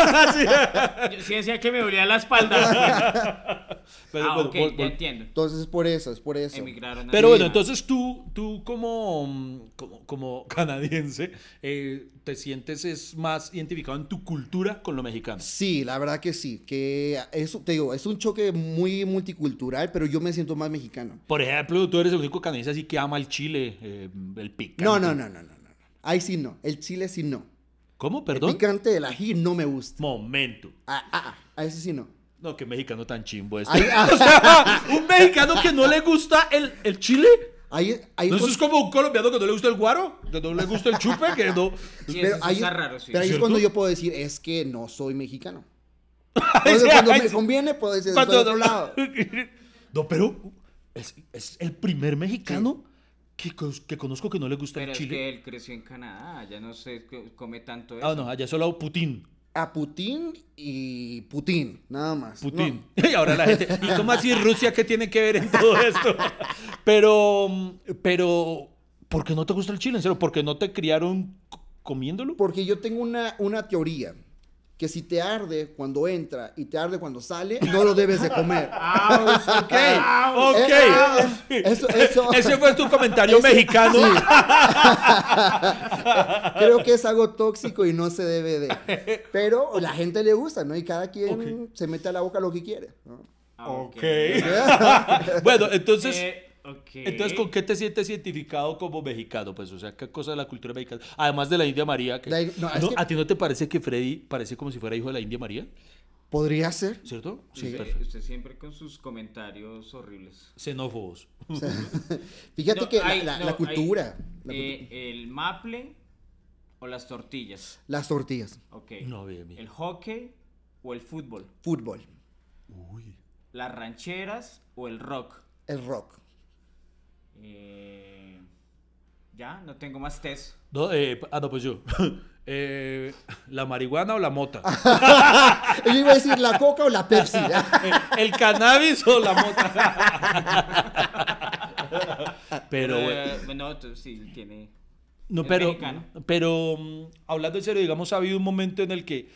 Speaker 1: Yo sí decía que me dolía la espalda.
Speaker 4: Pero,
Speaker 1: ah,
Speaker 4: bueno,
Speaker 1: ok,
Speaker 4: vol-
Speaker 1: ya
Speaker 4: vol-
Speaker 1: entiendo.
Speaker 3: Entonces es por eso, es por eso.
Speaker 1: Emigraron. a
Speaker 4: Pero bueno,
Speaker 1: Canadá.
Speaker 4: entonces tú, tú como, mm, como, como canadiense, eh, ¿te sientes es más identificado en tu cultura con lo mexicano?
Speaker 3: Sí, la verdad que sí, que eso te digo, es un choque muy multicultural, pero yo me siento más mexicano.
Speaker 4: Por ejemplo, tú eres el único canadiense así que ama el chile, eh, el picante.
Speaker 3: No, no, no, no, no, no. Ahí sí no, el chile sí no.
Speaker 4: ¿Cómo?
Speaker 3: El
Speaker 4: ¿Perdón?
Speaker 3: picante, el ají no me gusta.
Speaker 4: Momento.
Speaker 3: Ah, ah, ah, a ese sí no.
Speaker 4: No, qué mexicano tan chimbo este.
Speaker 3: Ahí,
Speaker 4: O sea, un mexicano que no le gusta el, el chile.
Speaker 3: Ahí, ahí
Speaker 4: ¿No
Speaker 3: fue-
Speaker 4: eso es como un colombiano que no le gusta el guaro? Que no le gusta el chupe, que no...
Speaker 1: Sí,
Speaker 3: pero
Speaker 1: eso sí
Speaker 3: ahí,
Speaker 1: está raro, sí.
Speaker 3: pero ahí es
Speaker 4: ¿Cierto?
Speaker 3: cuando yo puedo decir, es que no soy mexicano. O sea, cuando me conviene puedo decir,
Speaker 4: Cuando-
Speaker 3: estoy de otro lado.
Speaker 4: No, pero es, es el primer mexicano que, cos- que conozco que no le gusta
Speaker 1: Pero
Speaker 4: el
Speaker 1: es
Speaker 4: chile.
Speaker 1: que él creció en Canadá, ya no se co- come tanto eso.
Speaker 4: Ah, no, allá solo Putin.
Speaker 3: A Putin y Putin, nada más.
Speaker 4: Putin. Y ahora la gente. ¿Y cómo así Rusia qué tiene que ver en todo esto? Pero, mm, pero, ¿por qué no te gusta el chile? En serio, ¿por qué no te criaron c- comiéndolo?
Speaker 3: No, porque yo tengo una, una teoría que si te arde cuando entra y te arde cuando sale, no lo debes de comer.
Speaker 1: Ah, ok. Ah,
Speaker 4: Ok.
Speaker 3: Eh, eso, eso,
Speaker 4: Ese fue tu comentario
Speaker 3: Ese-
Speaker 4: mexicano.
Speaker 3: creo que es algo tóxico y no se debe de. Pero la gente le gusta, ¿no? Y cada quien se mete a la boca lo que quiere. ¿no?
Speaker 1: Ah, ok.
Speaker 4: bueno, entonces.
Speaker 1: Eh, ok.
Speaker 4: Entonces, ¿con qué te sientes identificado como mexicano? Pues, o sea, ¿qué cosa de la cultura mexicana? Además de la India María. que-
Speaker 3: La in- no, es
Speaker 4: ¿No?
Speaker 3: que-
Speaker 4: ¿A ti no te parece que Freddy parece como si fuera hijo de la India María?
Speaker 3: Podría ser.
Speaker 4: ¿Cierto?
Speaker 3: Sí.
Speaker 1: Usted,
Speaker 4: Perfecto.
Speaker 1: usted siempre con sus comentarios horribles.
Speaker 4: Xenófobos.
Speaker 3: O sea, fíjate
Speaker 1: No,
Speaker 3: que la-
Speaker 1: hay-
Speaker 3: la,
Speaker 1: no,
Speaker 3: la
Speaker 1: hay,
Speaker 3: cultura, la
Speaker 1: eh,
Speaker 3: cultu-
Speaker 1: el maple o las tortillas.
Speaker 3: las tortillas,
Speaker 1: Ok.
Speaker 4: No, bien, bien.
Speaker 1: El hockey o el fútbol.
Speaker 3: fútbol,
Speaker 4: Uy.
Speaker 1: Las rancheras o el rock.
Speaker 3: el rock.
Speaker 1: Eh, ya, no tengo más test.
Speaker 4: No, eh, ah, no, pues yo. Eh, ¿La marihuana o la mota?
Speaker 3: Yo iba a decir la coca o la Pepsi.
Speaker 4: Eh, ¿El cannabis o la mota? Pero, bueno.
Speaker 1: Eh, bueno, tú- sí, tiene.
Speaker 4: No,
Speaker 1: Es
Speaker 4: pero,
Speaker 1: mexicano.
Speaker 4: pero mm, hablando en serio, digamos, ha habido un momento en el que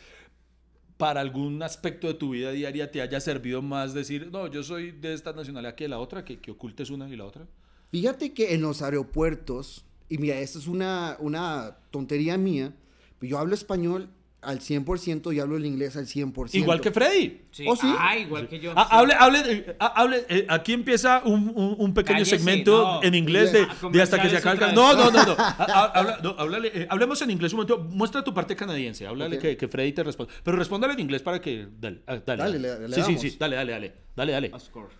Speaker 4: para algún aspecto de tu vida diaria te haya servido más decir, no, yo soy de esta nacionalidad que de la otra, que, que ocultes una y la otra.
Speaker 3: Fíjate que en los aeropuertos, y mira, esto es una, una tontería mía, pero yo hablo español al 100% y hablo el inglés al 100%.
Speaker 4: Igual que Freddy.
Speaker 1: Sí.
Speaker 3: ¿Oh, sí?
Speaker 1: Ah, igual que yo.
Speaker 4: Ah,
Speaker 1: sí.
Speaker 4: hable, hable, eh, ah, hable, eh, aquí empieza un, un- un pequeño
Speaker 1: Cállese,
Speaker 4: segmento
Speaker 1: no.
Speaker 4: en inglés de,
Speaker 1: Ah,
Speaker 4: de hasta que se
Speaker 1: comerciales
Speaker 4: acabe. el-
Speaker 1: otra
Speaker 4: No,
Speaker 1: vez.
Speaker 4: no, no, no. Ah, ah, habla- no, háblale, eh, hablemos en inglés un momento. Muestra tu parte canadiense. Háblale
Speaker 3: Ok.
Speaker 4: que, que Freddy te responda. Pero respóndale en inglés para que. Dale, ah, dale.
Speaker 3: Dale, le- le
Speaker 4: sí, sí,
Speaker 3: damos.
Speaker 4: sí. Dale, dale, dale. Dale, dale.
Speaker 1: Of course.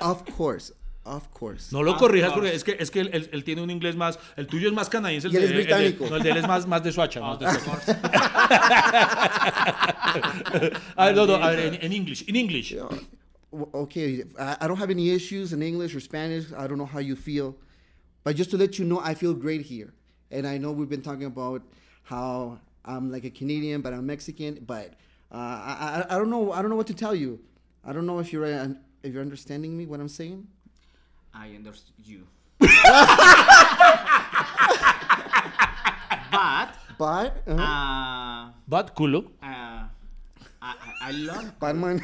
Speaker 3: Of course, of course.
Speaker 4: No lo
Speaker 1: Ah,
Speaker 4: corrijas
Speaker 1: claro.
Speaker 4: porque es que, es que él, él- él tiene un inglés más. El tuyo es más canadiense.
Speaker 3: Y él
Speaker 4: de-
Speaker 3: es
Speaker 4: de-
Speaker 3: británico.
Speaker 4: no, el de él es más, más de Suacha. más de
Speaker 1: Ah,
Speaker 4: Suacha. a ver, no, no, a ver, en, en English. In English.
Speaker 3: Okay, I, I don't have any issues in English or Spanish. I don't know how you feel. But just to let you know, I feel great here. And I know we've been talking about how I'm like a Canadian, but I'm Mexican. But uh, I, I, I don't know. I don't know what to tell you. I don't know if you're uh, if you're understanding me what I'm saying.
Speaker 1: I understood you. but
Speaker 3: But uh,
Speaker 1: uh,
Speaker 4: Bad culo.
Speaker 1: uh, I, ah, I love
Speaker 3: Batman.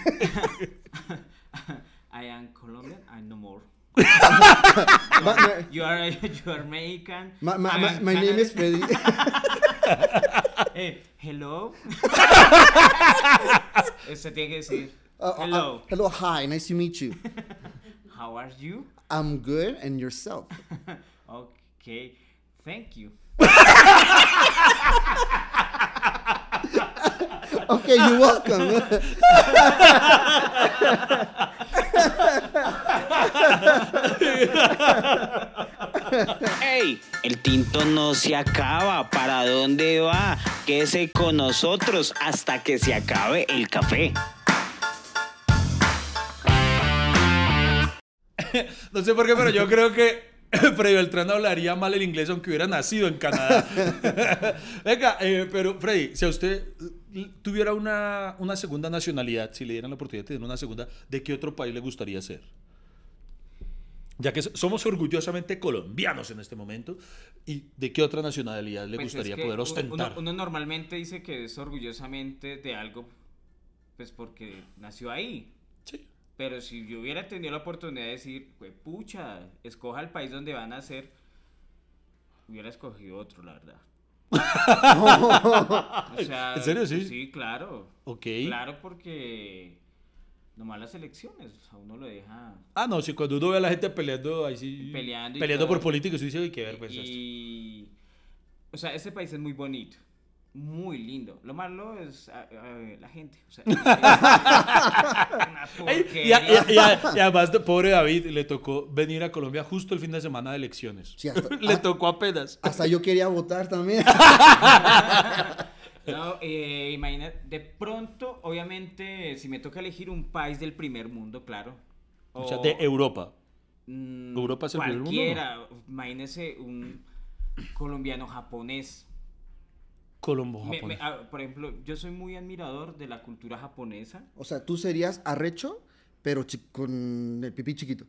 Speaker 1: I am Colombian and no more.
Speaker 3: Batman.
Speaker 1: You are you are American.
Speaker 3: My, my,
Speaker 1: I
Speaker 3: my,
Speaker 1: am
Speaker 3: my name
Speaker 1: Canadian.
Speaker 3: is Freddy. Uh,
Speaker 1: Eh, hello. Eso tiene que decir.
Speaker 3: Uh, uh,
Speaker 1: hello.
Speaker 3: hello. Hi. Nice to meet you.
Speaker 1: How are you?
Speaker 3: I'm good, and yourself.
Speaker 1: Okay. Thank you.
Speaker 3: Okay, you're welcome.
Speaker 6: ¡Ey! El tinto no se acaba. ¿Para dónde va? Quédese con nosotros hasta que se acabe el café.
Speaker 4: No sé por qué, pero yo creo que Freddy Beltrán hablaría mal el inglés aunque hubiera nacido en Canadá. Venga, eh, pero Freddy, si a usted eh, tuviera una, una segunda nacionalidad, si le dieran la oportunidad de tener una segunda, ¿de qué otro país le gustaría ser? Ya que so- somos orgullosamente colombianos en este momento, ¿y de qué otra nacionalidad le
Speaker 1: Pues es
Speaker 4: gustaría
Speaker 1: que
Speaker 4: poder
Speaker 1: u-
Speaker 4: ostentar?
Speaker 1: Uno, uno normalmente dice que es orgullosamente de algo, pues porque nació ahí.
Speaker 4: Sí.
Speaker 1: Pero si yo hubiera tenido la oportunidad de decir, pues pucha, escoja el país donde van a nacer, hubiera escogido otro, la verdad. O sea,
Speaker 4: ¿En serio? Sí.
Speaker 1: pues sí, claro.
Speaker 4: Ok.
Speaker 1: Claro, porque nomás las elecciones, a uno lo deja.
Speaker 4: Ah, no, si cuando uno ve a la gente peleando, ahí sí.
Speaker 1: Peleando y todo.
Speaker 4: por políticos, sí dice, "Uy, qué vergüenza. esto".
Speaker 1: Y. O sea, este país es muy bonito. Muy lindo. Lo malo es a- a- la gente. O sea, es una
Speaker 4: Ay, y,
Speaker 1: porquería.
Speaker 4: a- y a- y a- y además, de- pobre David, le tocó venir a Colombia justo el fin de semana de elecciones.
Speaker 3: Sí, hasta- ah,
Speaker 4: le tocó apenas.
Speaker 3: Hasta yo quería votar también.
Speaker 1: No, eh, imagina, de pronto, obviamente, si me toca elegir un país del primer mundo, claro.
Speaker 4: O sea,
Speaker 1: Oh.
Speaker 4: de Europa.
Speaker 1: mm,
Speaker 4: Europa es el primer mundo, ¿no?
Speaker 1: Cualquiera. Imagínese un colombiano japonés.
Speaker 4: Colombo,
Speaker 1: Me-
Speaker 4: Japón.
Speaker 1: me- ah, por ejemplo, yo soy muy admirador de la cultura japonesa.
Speaker 3: O sea, tú serías arrecho, pero chi- con el pipí chiquito.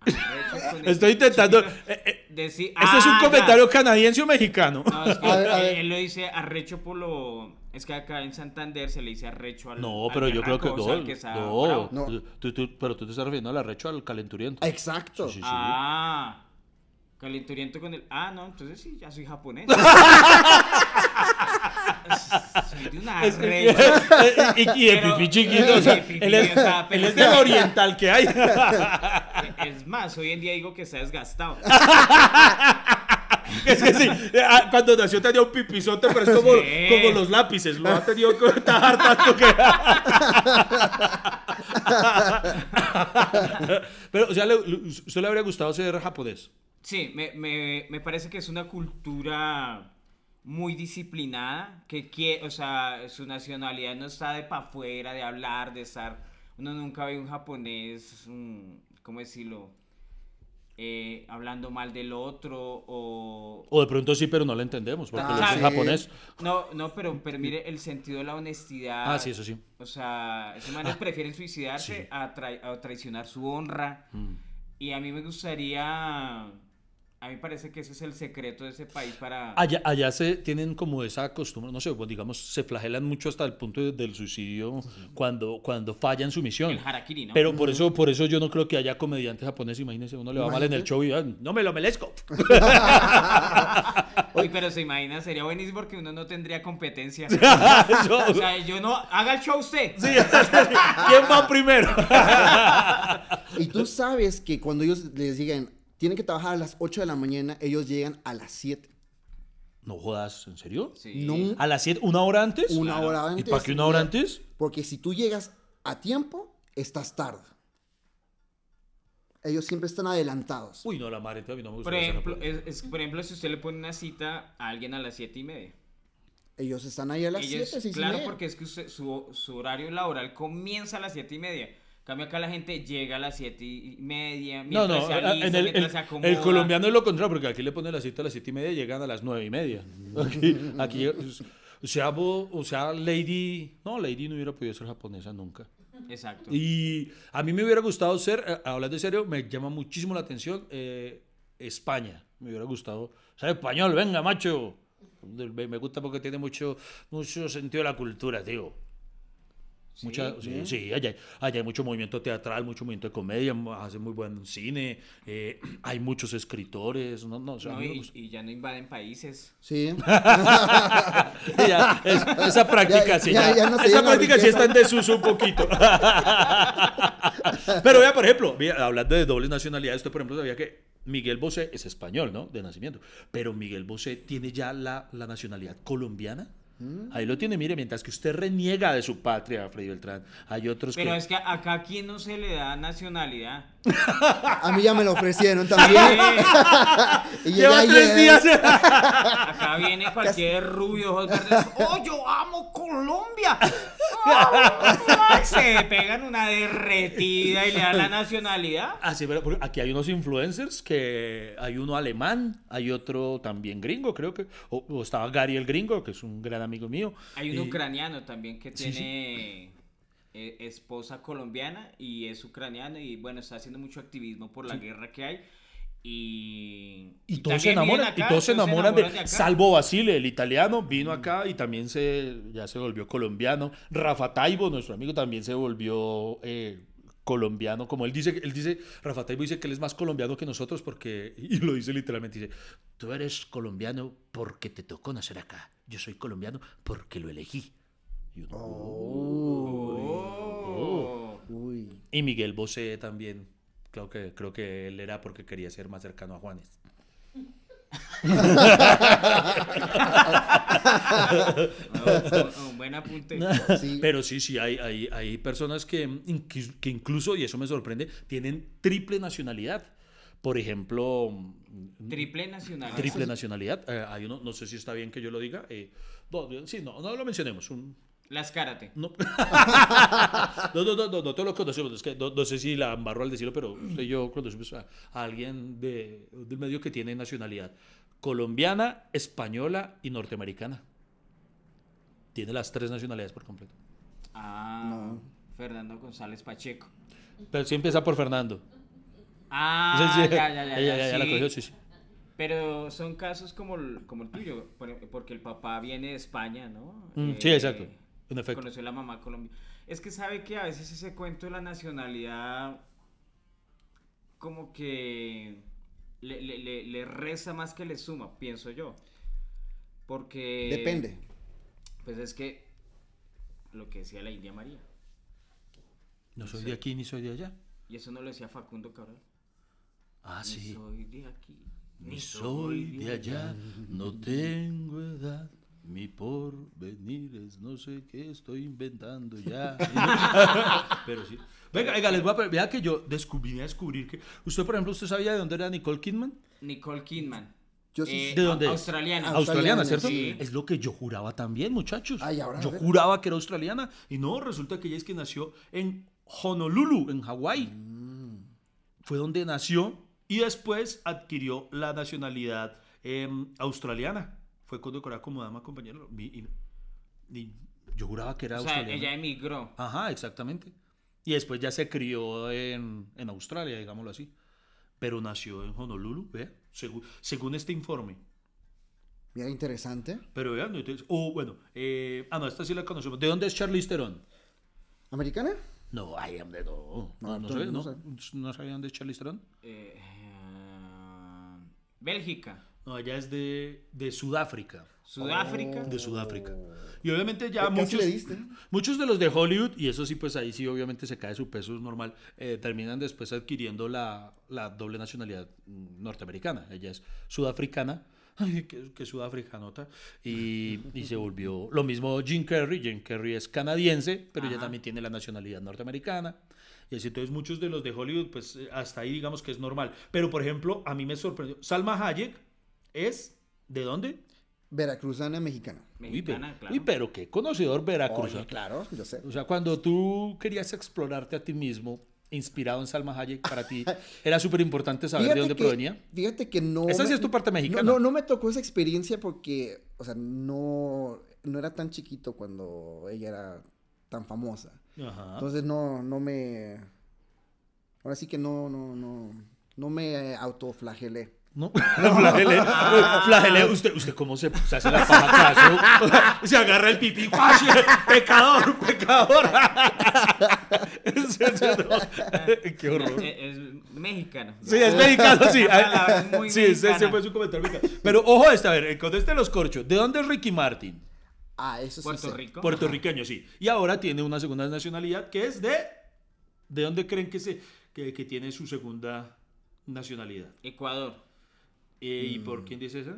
Speaker 1: Arrecho con el
Speaker 4: Estoy intentando.
Speaker 1: chiquito.
Speaker 4: eh, eh,
Speaker 1: Decir-
Speaker 4: este es un
Speaker 1: Ah, ya. Ah,
Speaker 4: comentario canadiense o mexicano.
Speaker 1: No, es que
Speaker 3: A ver,
Speaker 1: él,
Speaker 3: a ver.
Speaker 1: él lo dice arrecho por lo. Es que acá en Santander se le dice arrecho al.
Speaker 4: No,
Speaker 1: al
Speaker 4: pero yo creo que
Speaker 1: berraco, o sea, al
Speaker 4: no.
Speaker 1: que está
Speaker 4: no,
Speaker 1: bravo.
Speaker 3: No.
Speaker 4: tú- tú- tú- pero tú te estás refiriendo al arrecho al calenturiento.
Speaker 3: Exacto.
Speaker 4: Sí, sí, sí.
Speaker 1: Ah, calenturiento con el. Ah, no, entonces sí, ya soy japonés. soy de una
Speaker 4: Es-
Speaker 1: arrecho.
Speaker 4: y, y de
Speaker 1: Pero-
Speaker 4: pipí chiquito. o sea,
Speaker 1: Sí, pipí,
Speaker 4: él, es,
Speaker 1: o sea,
Speaker 4: él
Speaker 1: pero-
Speaker 4: es del oriental que hay.
Speaker 1: Es más, hoy en día digo que se ha desgastado.
Speaker 4: Es que sí, eh, ah, cuando nació tenía un pipizote, pero es como,
Speaker 1: Sí.
Speaker 4: como los lápices, lo ha tenido que cortar tanto que. pero, o sea, le- le- ¿usted le habría gustado ser japonés?
Speaker 1: Sí, me, me, me parece que es una cultura muy disciplinada, que quiere, o sea, su nacionalidad no está de pa' afuera, de hablar, de estar. Uno nunca ve un japonés, un- ¿cómo decirlo? Eh, hablando mal del otro o...
Speaker 4: O de pronto sí, pero no lo entendemos, porque
Speaker 1: Ah,
Speaker 4: él es
Speaker 1: sí.
Speaker 4: japonés.
Speaker 1: No, no, pero, pero mire el sentido de la honestidad.
Speaker 4: Ah, sí, eso sí.
Speaker 1: O sea, esos manes prefieren suicidarse
Speaker 4: Ah, sí. Mm.
Speaker 1: a, trai- a traicionar su honra. Y a mí me gustaría. A mí parece que ese es el secreto de ese país para.
Speaker 4: Allá, allá se tienen como esa costumbre, no sé, pues, digamos, se flagelan mucho hasta el punto de- del suicidio cuando, cuando fallan su misión.
Speaker 1: El harakiri, ¿no?
Speaker 4: Pero por eso, por eso yo no creo que haya comediantes japoneses, imagínense, uno le va mal en el show y ah, no me lo merezco.
Speaker 1: Uy, pero se imagina, sería buenísimo porque uno no tendría competencia.
Speaker 4: Eso-
Speaker 1: o sea, yo no. Haga el show usted.
Speaker 4: Sí, ¿Quién va primero?
Speaker 3: Y tú sabes que cuando ellos les digan, tienen que trabajar a las 8 de la mañana, ellos llegan a las 7.
Speaker 4: No jodas, ¿en serio?
Speaker 1: Sí.
Speaker 3: No
Speaker 4: ¿A las 7? ¿Una hora antes?
Speaker 3: una hora
Speaker 4: ¿Y
Speaker 3: antes.
Speaker 4: para qué una hora antes?
Speaker 3: Porque si tú llegas a tiempo, estás tarde. Ellos siempre están adelantados.
Speaker 4: Uy, no, la madre, a mí no me gusta.
Speaker 1: Por ejemplo, es- es- por ejemplo, si usted le pone una cita a alguien a las siete y media.
Speaker 3: Ellos están ahí a las
Speaker 1: Ellos-
Speaker 3: 7, 6
Speaker 1: claro, porque es que usted- su, su horario laboral comienza a las siete y media. En Cambio acá la gente llega a las siete y media,
Speaker 4: no,
Speaker 1: mientras
Speaker 4: no,
Speaker 1: se
Speaker 4: a-
Speaker 1: alista,
Speaker 4: en el,
Speaker 1: mientras
Speaker 4: el-
Speaker 1: se acomoda.
Speaker 4: el colombiano es lo contrario, porque aquí le ponen la cita a las 7 y media y llegan a las 9 y media. Aquí, aquí- O sea, bo- o sea, Lady... No, Lady no hubiera podido ser japonesa nunca.
Speaker 1: Exacto.
Speaker 4: Y a mí me hubiera gustado ser, eh, hablando en serio, me llama muchísimo la atención eh, España. Me hubiera gustado ser español, venga, macho. Me me gusta porque tiene mucho, mucho sentido de la cultura, tío. Mucha- sí, sí, allá, hay- allá hay mucho movimiento teatral, mucho movimiento de comedia, mu- hacen muy buen cine, eh, hay muchos escritores, no, no, o sea, a
Speaker 1: No,
Speaker 4: mí me
Speaker 1: y,
Speaker 4: gusta.
Speaker 1: y ya no invaden países.
Speaker 3: Sí.
Speaker 4: Ya, es- esa práctica
Speaker 3: Ya-
Speaker 4: sí,
Speaker 3: ya-
Speaker 4: ya-
Speaker 3: ya no se
Speaker 4: esa
Speaker 3: llama
Speaker 4: práctica sí
Speaker 3: riqueza.
Speaker 4: está en desuso un poquito. Pero vea, por ejemplo, mira, hablando de dobles nacionalidades, usted por ejemplo sabía que Miguel Bosé es español, ¿no? De nacimiento. Pero Miguel Bosé tiene ya la, la nacionalidad colombiana.
Speaker 3: Mm.
Speaker 4: Ahí lo tiene, mire, mientras que usted reniega de su patria, Freddy Beltrán, hay otros
Speaker 1: Pero
Speaker 4: que...
Speaker 1: es que acá a quién no se le da nacionalidad.
Speaker 3: A mí ya me lo ofrecieron también.
Speaker 1: Eh,
Speaker 3: Y llegué
Speaker 4: Lleva tres
Speaker 3: ayer.
Speaker 4: días.
Speaker 1: Acá viene cualquier rubio, ojos verdes. ¡Oh, yo amo Colombia! ¡Oh, ¡Ah! Se pegan una derretida y le dan la nacionalidad.
Speaker 4: Así, Ah, pero porque aquí hay unos influencers que hay uno alemán, hay otro también gringo, creo que. O, o estaba Gary el gringo, que es un gran amigo mío.
Speaker 1: Hay un
Speaker 4: Y-
Speaker 1: ucraniano también que
Speaker 4: Eh, Sí, sí.
Speaker 1: tiene eh, esposa colombiana y es ucraniano y bueno, está haciendo mucho activismo por la guerra que hay. Y,
Speaker 4: Y todos se
Speaker 1: también vienen
Speaker 4: enamoran,
Speaker 1: acá,
Speaker 4: y todos se enamoran de,
Speaker 1: acá.
Speaker 4: Salvo Basile, el italiano, vino acá y también se, ya se volvió colombiano. Rafa Taibo, nuestro amigo, también se volvió eh, colombiano. Como él dice, él dice, Rafa Taibo dice que él es más colombiano que nosotros porque, y lo dice literalmente, dice, tú eres colombiano porque te tocó nacer acá. Yo soy colombiano porque lo elegí. Y uno,
Speaker 1: Oh.
Speaker 4: Oh.
Speaker 3: Uy.
Speaker 4: y Miguel Bosé también. Creo que, creo que él era porque quería ser más cercano a Juanes.
Speaker 1: No, oh, un- un buen apunte.
Speaker 3: Sí.
Speaker 4: Pero sí, sí, hay, hay, hay personas que, inqui- que incluso, y eso me sorprende, tienen triple nacionalidad. Por ejemplo, mm,
Speaker 1: Triple nacional.
Speaker 4: triple nacionalidad. Eh, hay uno, no sé si está bien que yo lo diga. eh, no, sí, no, no lo mencionemos. un-
Speaker 1: Las karate.
Speaker 4: no. no, no, no, no, no, todos lo conocemos. Es que no, no sé si la embarro al decirlo, pero usted y yo conocemos a, a alguien de, del medio que tiene nacionalidad colombiana, española y norteamericana. Tiene las tres nacionalidades por completo.
Speaker 1: Ah, Fernando González Pacheco.
Speaker 4: Pero sí empieza por Fernando.
Speaker 1: Ah,
Speaker 4: Sí, sí.
Speaker 1: ya, ya, ya.
Speaker 4: Ella- ella
Speaker 1: ya,
Speaker 4: la
Speaker 1: sí.
Speaker 4: cogió, sí, sí.
Speaker 1: Pero son casos como el, como el tuyo, por- porque el papá viene de España, ¿no? Eh,
Speaker 4: Mm, sí, exacto, en efecto.
Speaker 1: Conoció a la mamá Colombia. Es que sabe que a veces ese cuento de la nacionalidad como que le, le, le- le resta más que le suma, pienso yo. Porque...
Speaker 3: Depende.
Speaker 1: Pues es que lo que decía la India María.
Speaker 4: No soy de aquí ni soy de allá.
Speaker 1: Y eso no lo decía Facundo Cabral.
Speaker 4: Ah,
Speaker 1: Ni
Speaker 4: sí.
Speaker 1: soy de aquí.
Speaker 4: Ni soy de allá, no tengo edad. Mi porvenir es no sé qué estoy inventando ya. Pero sí. Venga, venga, les voy a pre- vea que yo descubrí, vine a descubrir que usted, por ejemplo, usted sabía de dónde era Nicole Kidman?
Speaker 1: Nicole Kidman.
Speaker 3: Yo sí-
Speaker 1: Eh,
Speaker 4: ¿De dónde es?
Speaker 1: Australiana.
Speaker 4: Australiana,
Speaker 3: Australiana,
Speaker 4: ¿cierto?
Speaker 1: sí.
Speaker 4: Es lo que yo juraba también, muchachos.
Speaker 3: Ay, ahora,
Speaker 4: yo
Speaker 3: a ver.
Speaker 4: juraba que era australiana y no, resulta que ella es que nació en Honolulu, en Hawái.
Speaker 1: Mm.
Speaker 4: Fue donde nació y después adquirió la nacionalidad em, australiana. Fue condecorada como dama compañera. Mi- Y, y yo juraba que era
Speaker 1: O sea,
Speaker 4: australiana.
Speaker 1: ella emigró.
Speaker 4: Ajá, exactamente. Y después ya se crió en, en Australia, digámoslo así. Pero nació en Honolulu, vea, segu- según este informe.
Speaker 3: Mira, interesante.
Speaker 4: Pero vean, entonces, oh, bueno, eh, ah, no, esta sí la conocemos. ¿De dónde es Charlize Theron?
Speaker 3: ¿Americana?
Speaker 4: No, ay, hombre, no. No,
Speaker 3: No,
Speaker 4: no,
Speaker 3: tú
Speaker 4: sé,
Speaker 3: no
Speaker 4: no,
Speaker 3: sabes.
Speaker 4: ¿No sabía dónde es Charlize Theron.
Speaker 1: Eh, ah, Bélgica.
Speaker 4: No, ella es de, de Sudáfrica.
Speaker 1: Sudáfrica.
Speaker 4: De Sudáfrica. Y obviamente ya
Speaker 3: Casi
Speaker 4: muchos,
Speaker 3: le diste.
Speaker 4: muchos de los de Hollywood, y eso sí, pues ahí sí obviamente se cae su peso es normal, eh, terminan después adquiriendo la, la doble nacionalidad mm, norteamericana. Ella es sudafricana, ay, que, que sudafricanota, y, y se volvió lo mismo Jim Carrey. Jim Carrey es canadiense, pero ella
Speaker 1: Ajá.
Speaker 4: también tiene la nacionalidad norteamericana. Y así entonces muchos de los de Hollywood, pues eh, hasta ahí digamos que es normal. Pero por ejemplo, a mí me sorprendió, Salma Hayek es, ¿de dónde?
Speaker 3: Veracruzana mexicana.
Speaker 4: Uy, pero-
Speaker 1: Mexicana, claro.
Speaker 4: uy, pero qué conocedor Veracruz.
Speaker 3: Oye, claro, yo sé.
Speaker 4: O sea, cuando tú querías explorarte a ti mismo, inspirado en Salma Hayek, para ti era súper importante saber de dónde
Speaker 3: que,
Speaker 4: provenía.
Speaker 3: Fíjate que no.
Speaker 4: Esa sí
Speaker 3: me-
Speaker 4: es tu parte mexicana.
Speaker 3: No, no, no me tocó esa experiencia porque, o sea, no. no era tan chiquito cuando ella era tan famosa.
Speaker 4: Ajá.
Speaker 3: Entonces no, no me. Ahora sí que no, no, no. No me eh, autoflagelé.
Speaker 4: No, flagelé, flagelé. ¿Usted, usted cómo se, se hace la paja acaso? se agarra el pipí, ¡guash! pecador, pecador. En serio, no. Qué horror.
Speaker 1: eh, Es, es mexicano.
Speaker 4: Sí, es mexicano, sí.
Speaker 1: palabra es muy
Speaker 4: sí, ese,
Speaker 1: mexicana.
Speaker 4: ese fue su comentario mexicano. Pero ojo a esta, a ver, conteste los corchos. ¿De dónde es Ricky Martin?
Speaker 3: Ah, eso sí.
Speaker 1: Puerto
Speaker 3: sé.
Speaker 1: Rico.
Speaker 4: Puertorriqueño, sí. Y ahora tiene una segunda nacionalidad que es de... ¿De dónde creen que, se, que, que tiene su segunda nacionalidad?
Speaker 1: Ecuador.
Speaker 4: Eh, ¿Y por quién dice eso?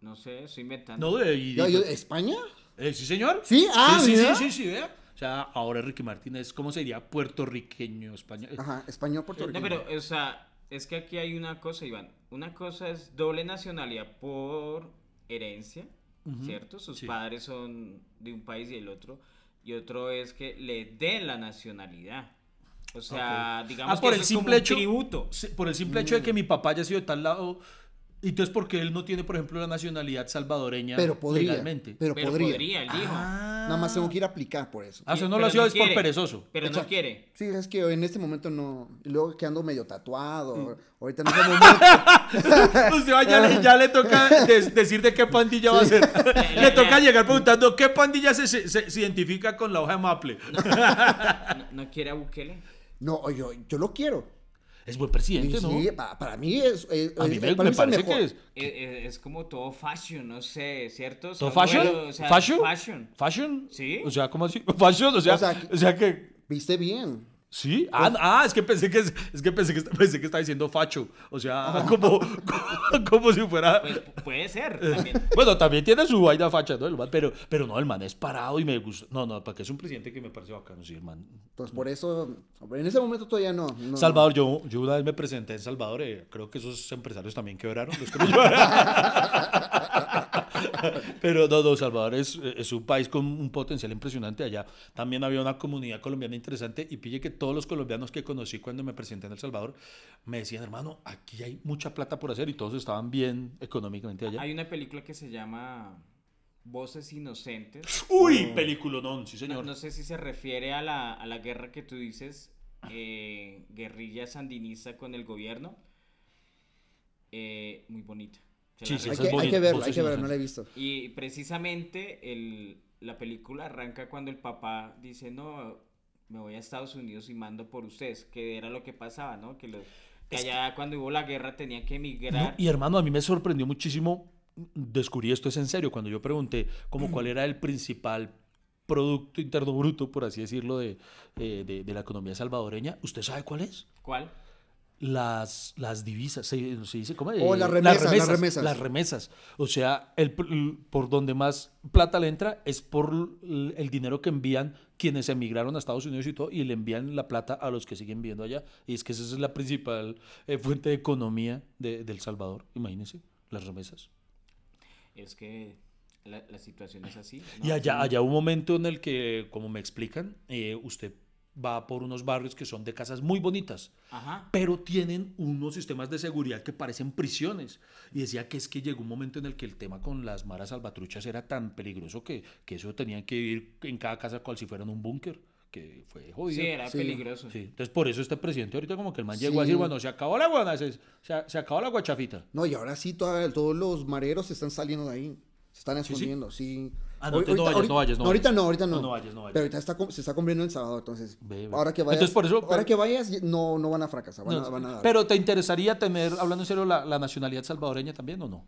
Speaker 1: No sé, estoy inventando. Eh,
Speaker 4: No, de... y-
Speaker 3: Yo- yo- ¿España?
Speaker 4: Eh, sí, señor.
Speaker 3: Sí, ah,
Speaker 4: sí, sí,
Speaker 3: mira.
Speaker 4: sí, sí, vea. O sea, ahora Ricky Martínez, ¿cómo sería puertorriqueño español?
Speaker 3: Ajá, español, Puerto Rico.
Speaker 1: No, pero, o sea, es que aquí hay una cosa, Iván. Una cosa es doble nacionalidad por herencia, ¿cierto? Sus
Speaker 4: sí.
Speaker 1: padres son de un país y el otro. Y otro es que le den la nacionalidad. O sea, digamos
Speaker 4: Ah, por
Speaker 1: que
Speaker 4: el
Speaker 1: eso es como
Speaker 4: simple
Speaker 1: un
Speaker 4: hecho.
Speaker 1: tributo.
Speaker 4: Sí, por el simple hecho de
Speaker 3: Mm.
Speaker 4: que mi papá haya sido de tal lado. Y entonces, ¿por qué él no tiene, por ejemplo, la nacionalidad salvadoreña
Speaker 3: Pero podría.
Speaker 4: legalmente?
Speaker 3: Pero,
Speaker 1: Pero
Speaker 3: podría.
Speaker 1: podría, él dijo.
Speaker 3: Nada más tengo que ir a aplicar por eso.
Speaker 4: Ah, eso
Speaker 1: Y-
Speaker 4: no
Speaker 1: pero
Speaker 4: lo ha sido es por
Speaker 1: quiere,
Speaker 4: perezoso.
Speaker 1: Pero no
Speaker 3: Exacto.
Speaker 1: quiere.
Speaker 3: Sí, es que en este momento no. y Luego que ando medio tatuado.
Speaker 4: Mm.
Speaker 3: Ahorita no como mucho.
Speaker 4: Usted va, Pues, ya, le, ya le toca des- decir de qué pandilla va a ser. le toca llegar preguntando qué pandilla se, se- se- se identifica con la hoja de Maple.
Speaker 1: No, no quiere a Bukele.
Speaker 3: No, yo, yo lo quiero.
Speaker 4: es buen presidente,
Speaker 3: Y
Speaker 4: ¿no?
Speaker 3: sí, pa- para, mí es. eh,
Speaker 4: A mí
Speaker 3: eh,
Speaker 4: me, me
Speaker 3: para mí es el
Speaker 4: parece
Speaker 3: mejor.
Speaker 4: que es.
Speaker 1: Eh, eh, Es, como todo fashion, no sé, ¿cierto? O sea,
Speaker 4: ¿Todo fashion?
Speaker 1: bueno, o sea,
Speaker 4: ¿Fashion?
Speaker 1: fashion.
Speaker 4: ¿Fashion?
Speaker 1: Sí.
Speaker 4: O sea, ¿cómo así? ¿Fashion? O sea, o
Speaker 3: O
Speaker 4: sea,
Speaker 3: sea,
Speaker 4: que...
Speaker 3: Viste bien.
Speaker 4: ¿Sí? Ah, ah, es que pensé que, es, es que, pensé que, pensé que estaba diciendo facho. O sea, como, como, como si fuera...
Speaker 1: Pues puede ser también.
Speaker 4: Bueno, también tiene su vaina facha, ¿no? El man, pero, pero no, el man es parado y me gusta. No, no, para que es un presidente que me parece bacano, sí, el man.
Speaker 3: Entonces, por eso. En ese momento todavía no. no.
Speaker 4: Salvador, yo, yo una vez me presenté en Salvador, eh, creo que esos empresarios también quebraron. los que no lloraron. Pero no, no, Salvador es, es un país con un potencial impresionante allá. También había una comunidad colombiana interesante y pille que todos los colombianos que conocí cuando me presenté en El Salvador me decían, hermano, aquí hay mucha plata por hacer y todos estaban bien económicamente allá.
Speaker 1: Hay una película que se llama Voces Inocentes.
Speaker 4: Uy, película, no, sí señor.
Speaker 1: No sé si se refiere a la, a la guerra que tú dices, eh, guerrilla sandinista con el gobierno. Eh, muy bonita. Se
Speaker 4: Sí,
Speaker 1: la
Speaker 4: sí,
Speaker 3: Hay
Speaker 1: recomiendo.
Speaker 4: esa es
Speaker 3: que, hay
Speaker 4: bonita,
Speaker 3: que verlo,
Speaker 4: voces
Speaker 3: hay que verlo, no
Speaker 4: inocentes.
Speaker 3: la he visto.
Speaker 1: Y precisamente el, la película arranca cuando el papá dice, no, me voy a Estados Unidos y mando por ustedes, que era lo que pasaba, ¿no? Que, los, que allá cuando hubo la guerra tenían que
Speaker 4: No,
Speaker 1: emigrar.
Speaker 4: y hermano, a mí me sorprendió muchísimo, descubrí esto es en serio, cuando yo pregunté como cuál era el principal producto interno bruto, por así decirlo, de, eh, de- de la economía salvadoreña, ¿usted sabe cuál es?
Speaker 1: ¿Cuál?
Speaker 4: Las, las divisas, se, se dice, ¿cómo?
Speaker 3: Oh,
Speaker 4: Eh,
Speaker 3: las remesas, las remesas.
Speaker 4: las remesas. O sea, el, pr- l- por donde más plata le entra es por l- el dinero que envían quienes emigraron a Estados Unidos y todo, y le envían la plata a los que siguen viviendo allá. Y es que esa es la principal eh, fuente de economía de, de El Salvador, imagínense, las remesas.
Speaker 1: Es que la, la situación es así. ¿no?
Speaker 4: Y allá, allá hubo un momento en el que, como me explican, eh, usted va por unos barrios que son de casas muy bonitas.
Speaker 1: Ajá.
Speaker 4: pero tienen unos sistemas de seguridad que parecen prisiones. Y decía que es que llegó un momento en el que el tema con las maras salvatruchas era tan peligroso que, que eso tenían que vivir en cada casa cual si fueran un búnker, que fue jodido.
Speaker 1: Sí, era
Speaker 3: Sí.
Speaker 1: peligroso.
Speaker 4: Sí, Entonces, por eso este presidente ahorita como que el man llegó a
Speaker 3: Sí.
Speaker 4: decir, bueno, se acabó la guana, se, se- se acabó la guachafita.
Speaker 3: No, y ahora sí, toda- todos los mareros se están saliendo de ahí. Se están escondiendo, sí.
Speaker 4: Ah, no,
Speaker 3: Ahor-
Speaker 4: entonces no vayas, no vayas, no
Speaker 3: ahorita
Speaker 4: vayas.
Speaker 3: no, ahorita no.
Speaker 4: No, no vayas, no vayas.
Speaker 3: Pero ahorita está com- se está convirtiendo en sábado, entonces.
Speaker 4: Ve, ve.
Speaker 3: Ahora que vayas.
Speaker 4: Entonces, por eso-
Speaker 3: ahora que vayas, no, no van a fracasar, van, a,
Speaker 4: No,
Speaker 3: van a dar.
Speaker 4: pero ¿te interesaría tener, hablando en serio, la, la nacionalidad salvadoreña también o no?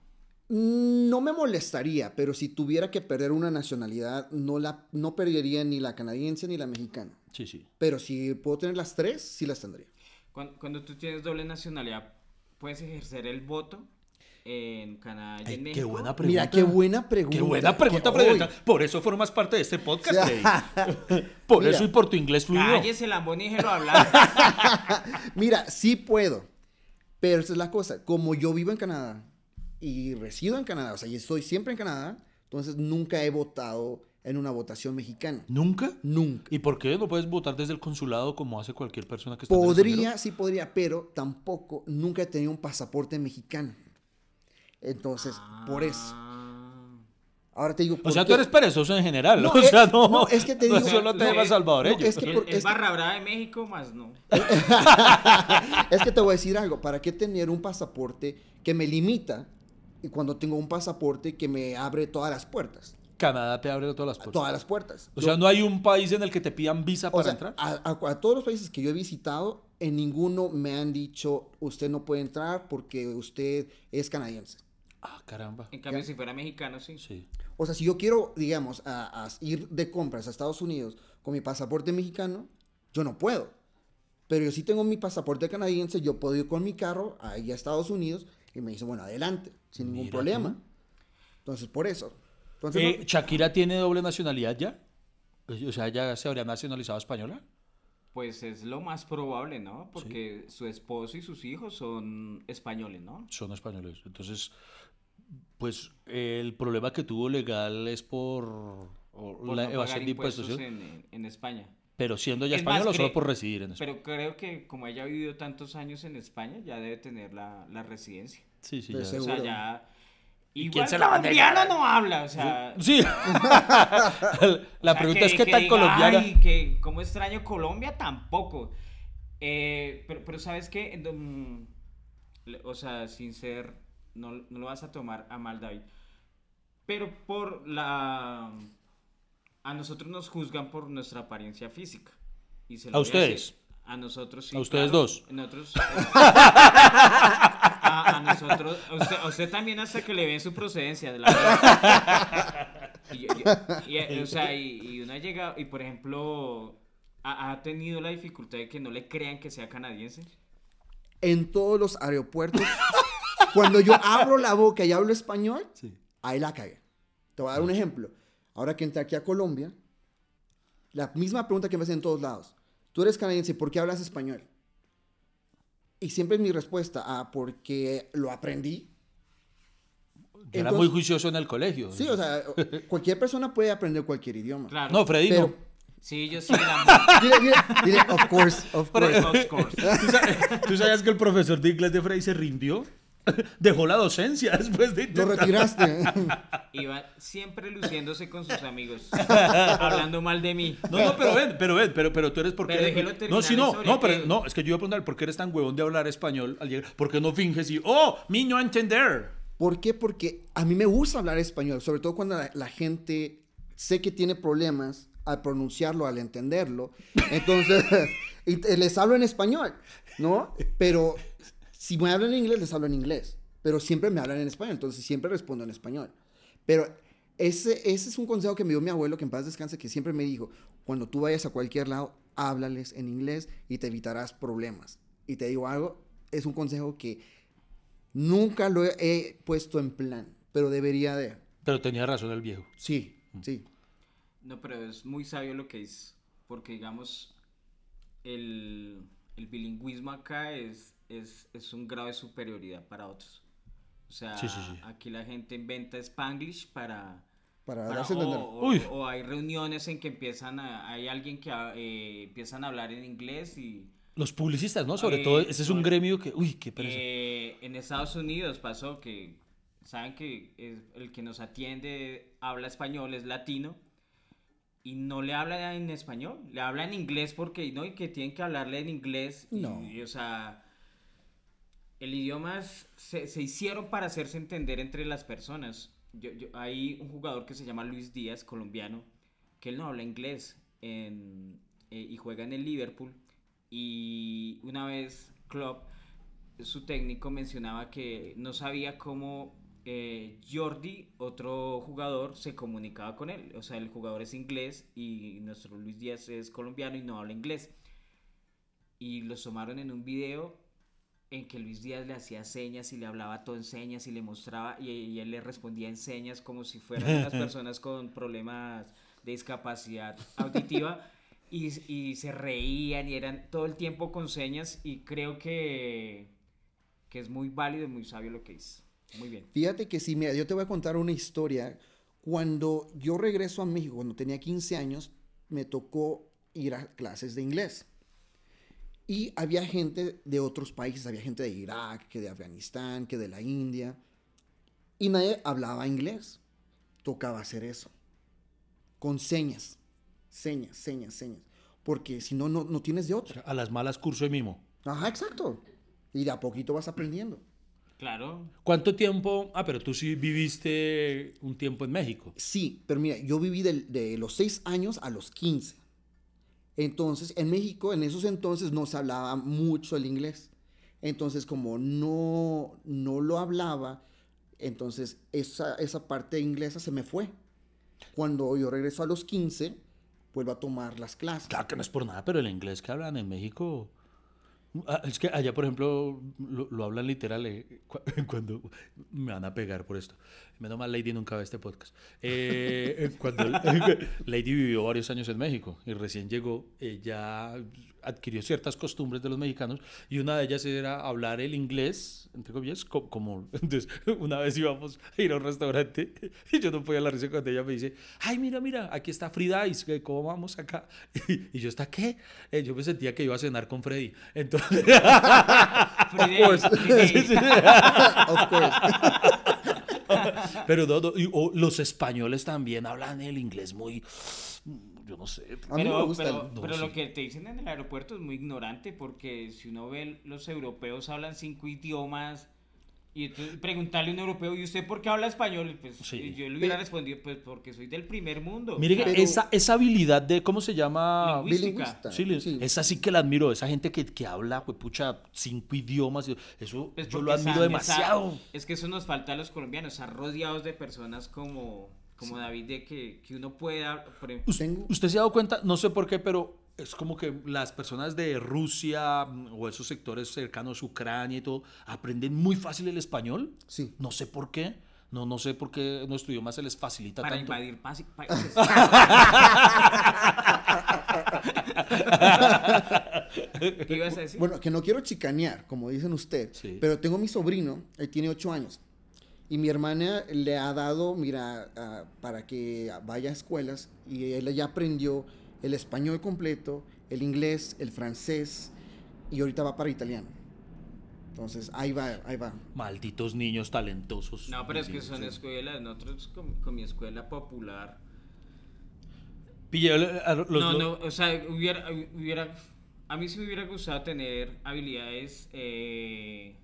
Speaker 3: Mm, No me molestaría, pero si tuviera que perder una nacionalidad, no, la, no perdería ni la canadiense ni la mexicana.
Speaker 4: Sí, sí.
Speaker 3: Pero si puedo tener las tres, sí las tendría.
Speaker 1: Cuan- Cuando, tú tienes doble nacionalidad, puedes ejercer el voto en Canadá y en
Speaker 4: Ay,
Speaker 1: México.
Speaker 4: qué buena pregunta.
Speaker 3: Mira, qué buena pregunta.
Speaker 4: Qué buena pregunta,
Speaker 3: Que-
Speaker 4: Freddy.
Speaker 3: ¡Ay!
Speaker 4: Por eso formas parte de este podcast,
Speaker 3: O
Speaker 4: Freddy.
Speaker 3: sea,
Speaker 4: Por
Speaker 3: mira.
Speaker 4: eso y por tu inglés fluido.
Speaker 1: Cállese, lambón, y déjelo hablar.
Speaker 3: Mira, sí puedo. Pero esa es la cosa. Como yo vivo en Canadá y resido en Canadá, o sea, y estoy siempre en Canadá, entonces nunca he votado en una votación mexicana.
Speaker 4: ¿Nunca?
Speaker 3: Nunca.
Speaker 4: ¿Y por qué no puedes votar desde el consulado como hace cualquier persona que está en el extranjero?
Speaker 3: Podría, sí podría, pero tampoco nunca he tenido un pasaporte mexicano. Entonces, por eso.
Speaker 1: Ah,
Speaker 3: Ahora te digo.
Speaker 4: O
Speaker 3: ¿por
Speaker 4: sea,
Speaker 3: qué?
Speaker 4: tú eres perezoso en general.
Speaker 3: No,
Speaker 4: o sea,
Speaker 3: es-
Speaker 4: no.
Speaker 3: no, es que te
Speaker 4: no
Speaker 3: digo-
Speaker 4: solo
Speaker 1: no,
Speaker 4: temas
Speaker 1: es-
Speaker 4: salvadoreños.
Speaker 3: no, es que por-
Speaker 1: Es,
Speaker 3: es que-
Speaker 1: barra brava de México, más no.
Speaker 3: Es que te voy a decir algo, ¿para qué tener un pasaporte que me limita y cuando tengo un pasaporte que me abre todas las puertas?
Speaker 4: Canadá te abre todas las puertas.
Speaker 3: Todas las puertas.
Speaker 4: O sea, no hay un país en el que te pidan visa
Speaker 3: O
Speaker 4: para
Speaker 3: sea,
Speaker 4: entrar.
Speaker 3: a, a- a todos los países que yo he visitado, en ninguno me han dicho, usted no puede entrar porque usted es canadiense.
Speaker 4: Ah, caramba.
Speaker 1: En cambio, si fuera mexicano, sí.
Speaker 4: Sí.
Speaker 3: O sea, si yo quiero, digamos, a, a ir de compras a Estados Unidos con mi pasaporte mexicano, yo no puedo. Pero yo sí tengo mi pasaporte canadiense, yo puedo ir con mi carro ahí a Estados Unidos y me dice, bueno, adelante, sin ningún
Speaker 4: Mira
Speaker 3: problema. Entonces, por eso. Entonces,
Speaker 4: Eh,
Speaker 3: no-
Speaker 4: ¿Shakira tiene doble nacionalidad ya? O sea, ¿ya se habría nacionalizado española?
Speaker 1: Pues es lo más probable, ¿no? Porque su esposo y sus hijos son españoles, ¿no?
Speaker 4: Son españoles. Entonces, pues el problema que tuvo legal es por, o
Speaker 1: Por
Speaker 4: la
Speaker 1: no
Speaker 4: evasión
Speaker 1: pagar
Speaker 4: de impuestos, ¿sí?
Speaker 1: en, en- en España.
Speaker 4: pero siendo ya
Speaker 1: Es más,
Speaker 4: española o solo
Speaker 1: cre-
Speaker 4: por residir en España.
Speaker 1: Pero creo que como ella ha vivido tantos años en España, ya debe tener la, la residencia.
Speaker 4: Sí, sí,
Speaker 3: Pero
Speaker 4: ya.
Speaker 1: O
Speaker 3: seguro.
Speaker 1: sea, ya...
Speaker 4: quién
Speaker 1: Igual
Speaker 4: se la va a negar?
Speaker 1: colombiano no habla, o sea...
Speaker 4: Sí. la
Speaker 1: O sea,
Speaker 4: pregunta
Speaker 1: que-
Speaker 4: es qué
Speaker 1: que
Speaker 4: tan
Speaker 1: diga,
Speaker 4: colombiana.
Speaker 1: "Ay, que cómo extraño Colombia tampoco. Eh, pero, pero sabes qué, En don- le- o sea, sin ser, no, no lo vas a tomar a mal, David. Pero por la, a nosotros nos juzgan por nuestra apariencia física. Y se lo
Speaker 4: ¿A
Speaker 1: voy decir.
Speaker 4: ustedes?
Speaker 1: A nosotros sí.
Speaker 4: ¿A ustedes
Speaker 1: claro.
Speaker 4: dos?
Speaker 1: Nosotros. eh, a, a nosotros. A usted, a usted también hasta que le ven su procedencia. la verdad. y, yo- yo- y, eh, o sea, y, y uno ha llegado, y por ejemplo, ha, ha tenido la dificultad de que no le crean que sea canadiense.
Speaker 3: en todos los aeropuertos, cuando yo abro la boca y hablo español, ahí la cagué. Te voy a dar un ejemplo. Ahora que entré aquí a Colombia, la misma pregunta que me hacen en todos lados. Tú eres canadiense, ¿por qué hablas español? Y siempre es mi respuesta, ah, porque lo aprendí.
Speaker 4: Yo era
Speaker 3: Entonces-
Speaker 4: muy juicioso en el colegio.
Speaker 3: Sí, o sea, cualquier persona puede aprender cualquier idioma.
Speaker 1: Claro.
Speaker 4: No, Freddy,
Speaker 3: Pero,
Speaker 4: no.
Speaker 1: Sí, yo sí era
Speaker 3: dile, dile, dile, of course, of
Speaker 1: muy-
Speaker 3: course.
Speaker 1: of course.
Speaker 4: ¿Tú sa- ¿Tú sabías que el profesor de inglés de Freddy se rindió? Dejó la docencia después de
Speaker 3: Lo
Speaker 4: intentar-
Speaker 3: retiraste.
Speaker 1: Iba siempre luciéndose con sus amigos, hablando mal de mí.
Speaker 4: No, no, pero ven, pero ven, pero, pero tú eres porque.
Speaker 1: Pero déjelo
Speaker 4: no,
Speaker 1: terminar
Speaker 4: sí,
Speaker 1: el
Speaker 4: no, no, pero
Speaker 1: sobrepeso.
Speaker 4: no, es que yo iba a preguntar por qué eres tan huevón de hablar español al llegar. ¿Por qué no finges y, oh, mi no entender?
Speaker 3: ¿Por qué? Porque a mí me gusta hablar español, sobre todo cuando la, la gente sé que tiene problemas al pronunciarlo, al entenderlo. Entonces, y te- les hablo en español, ¿no? Pero si me hablan en inglés, les hablo en inglés. Pero siempre me hablan en español, entonces siempre respondo en español. Pero ese, ese es un consejo que me dio mi abuelo, que en paz descanse, que siempre me dijo, cuando tú vayas a cualquier lado, háblales en inglés y te evitarás problemas. Y te digo algo, es un consejo que Nunca lo he, he puesto en plan, pero debería de.
Speaker 4: Pero tenía razón el viejo.
Speaker 3: Sí, sí.
Speaker 1: No, pero es muy sabio lo que dices, porque digamos, el, el bilingüismo acá es, es, es un grado de superioridad para otros. O sea,
Speaker 4: Sí, sí, sí.
Speaker 1: aquí la gente inventa Spanglish para...
Speaker 3: Para
Speaker 1: para- oh.
Speaker 3: darse a
Speaker 1: o,
Speaker 3: entender.
Speaker 1: o-
Speaker 4: Uy.
Speaker 1: o hay reuniones en que empiezan a, hay alguien que ah, eh, empiezan a hablar en inglés y...
Speaker 4: Los publicistas, ¿no? Sobre
Speaker 1: Eh,
Speaker 4: todo, ese es un
Speaker 1: sobre-
Speaker 4: gremio que, uy, qué pereza.
Speaker 1: Eh, en Estados Unidos pasó que saben que es- el que nos atiende habla español, es latino, y no le habla en español, le habla en inglés porque no, y que tienen que hablarle en inglés. y-
Speaker 3: No.
Speaker 1: y, o sea, el idioma es- se, se hicieron para hacerse entender entre las personas. Yo- yo- hay un jugador que se llama Luis Díaz, colombiano, que él no habla inglés en- eh, y juega en el Liverpool. Y una vez Klopp, su técnico, mencionaba que no sabía cómo eh, Jordi, otro jugador, se comunicaba con él. O sea, el jugador es inglés y nuestro Luis Díaz es colombiano y no habla inglés. Y los tomaron en un video en que Luis Díaz le hacía señas y le hablaba todo en señas y le mostraba y, y él le respondía en señas como si fueran las personas con problemas de discapacidad auditiva y, y se reían y eran todo el tiempo con señas y creo que, que es muy válido y muy sabio lo que hizo. Muy bien.
Speaker 3: Fíjate que sí, mira, yo te voy a contar una historia. Cuando yo regreso a México, cuando tenía 15 años, me tocó ir a clases de inglés. Y había gente de otros países, había gente de Irak, que de Afganistán, que de la India. Y nadie hablaba inglés. tocaba hacer eso. Con señas, señas, señas, señas. Porque si no, no, no tienes de otra.
Speaker 4: A las malas curso de mimo.
Speaker 3: Ajá, exacto. Y de a poquito vas aprendiendo.
Speaker 1: Claro.
Speaker 4: ¿Cuánto tiempo? Ah, pero tú sí viviste un tiempo en México.
Speaker 3: Sí, pero mira, yo viví del- de, los 6 años a los 15. Entonces, en México, en esos entonces, no se hablaba mucho el inglés. Entonces, como no, no lo hablaba, entonces esa, esa parte inglesa se me fue. Cuando yo regreso a los 15, vuelvo a tomar las clases.
Speaker 4: Claro que no es por nada, pero el inglés que hablan en México. Ah, Es que allá, por ejemplo, lo, lo hablan literal eh, cu- cuando me van a pegar por esto. Menos mal, Lady nunca ve este podcast. Eh, eh, cuando Lady vivió varios años en México y recién llegó, ella adquirió ciertas costumbres de los mexicanos y una de ellas era hablar el inglés, entre comillas, co- como. Entonces, una vez íbamos a ir a un restaurante y yo no podía la risa cuando ella me dice: Ay, mira, mira, aquí está Frida Ice, que ¿cómo vamos acá? Y, yo, ¿está qué? Eh, yo me sentía que iba a cenar con Freddy. Entonces.
Speaker 1: Friday, Friday.
Speaker 3: Of course.
Speaker 4: Pero no, no, y- o los españoles también hablan el inglés muy. Yo no sé.
Speaker 3: A mí
Speaker 1: pero,
Speaker 3: me gusta.
Speaker 1: pero-
Speaker 3: el-
Speaker 4: no,
Speaker 1: pero
Speaker 4: sí.
Speaker 1: lo que te dicen en el aeropuerto es muy ignorante porque si uno ve los europeos hablan cinco idiomas y entonces preguntarle a un europeo y usted por qué habla español pues
Speaker 4: Sí.
Speaker 1: yo le hubiera respondido pues porque soy del primer mundo
Speaker 4: Mire que eh,
Speaker 1: Claro.
Speaker 4: esa, esa habilidad de. ¿Cómo se llama?
Speaker 1: Lingüística.
Speaker 4: Sí, le-
Speaker 3: sí.
Speaker 4: esa sí que la admiro. Esa gente que, que habla, pucha, cinco idiomas. y- Eso
Speaker 1: Pues
Speaker 4: yo lo
Speaker 1: porque
Speaker 4: admiro
Speaker 1: sa-
Speaker 4: demasiado.
Speaker 1: sa- es que eso nos falta a los colombianos estar rodeados de personas como como David de que, que uno pueda por ejemplo,
Speaker 4: Us-
Speaker 3: Tengo-
Speaker 4: ¿Usted se ha dado cuenta? No sé por qué, pero es como que las personas de Rusia mm, o esos sectores cercanos a Ucrania y todo aprenden muy fácil el español.
Speaker 3: Sí.
Speaker 4: No sé por qué. No, no sé por qué nuestro idioma se les facilita
Speaker 1: para
Speaker 4: tanto.
Speaker 1: invadir pasi- países ¿Qué ibas a decir?
Speaker 3: Bueno, que no quiero chicanear, como dicen usted,
Speaker 4: Sí.
Speaker 3: pero tengo mi sobrino, él tiene 8 años, y mi hermana le ha dado, mira, ah, para que vaya a escuelas, y él ya aprendió el español completo, el inglés, el francés, y ahorita va para italiano. Entonces, ahí va, ahí va.
Speaker 4: Malditos niños talentosos.
Speaker 1: No, pero es que
Speaker 4: Sí,
Speaker 1: son
Speaker 4: sí.
Speaker 1: escuelas. Nosotros con, con mi escuela popular.
Speaker 4: Pille, a los-
Speaker 1: no,
Speaker 4: los-
Speaker 1: no, o sea, hubiera, hubiera. A mí sí me hubiera gustado tener habilidades eh,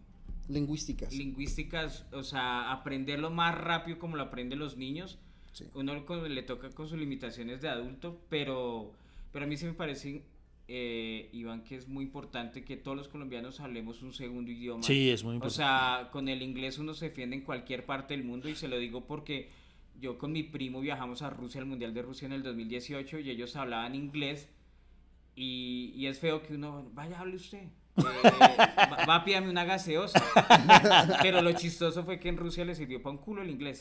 Speaker 3: Lingüísticas.
Speaker 1: lingüísticas, o sea, aprenderlo más rápido como lo aprenden los niños.
Speaker 3: Sí.
Speaker 1: Uno con- le toca con sus limitaciones de adulto, pero, pero a mí sí me parece, eh, Iván, que es muy importante que todos los colombianos hablemos un segundo idioma.
Speaker 4: Sí, es muy
Speaker 1: O
Speaker 4: importante.
Speaker 1: sea, con el inglés uno se defiende en cualquier parte del mundo y se lo digo porque yo con mi primo viajamos a Rusia, al Mundial de Rusia en el 2018 y ellos hablaban inglés y, y es feo que uno, vaya, hable usted. Eh, va, va, pídame una gaseosa. Pero lo chistoso fue que en Rusia le sirvió para un culo el inglés.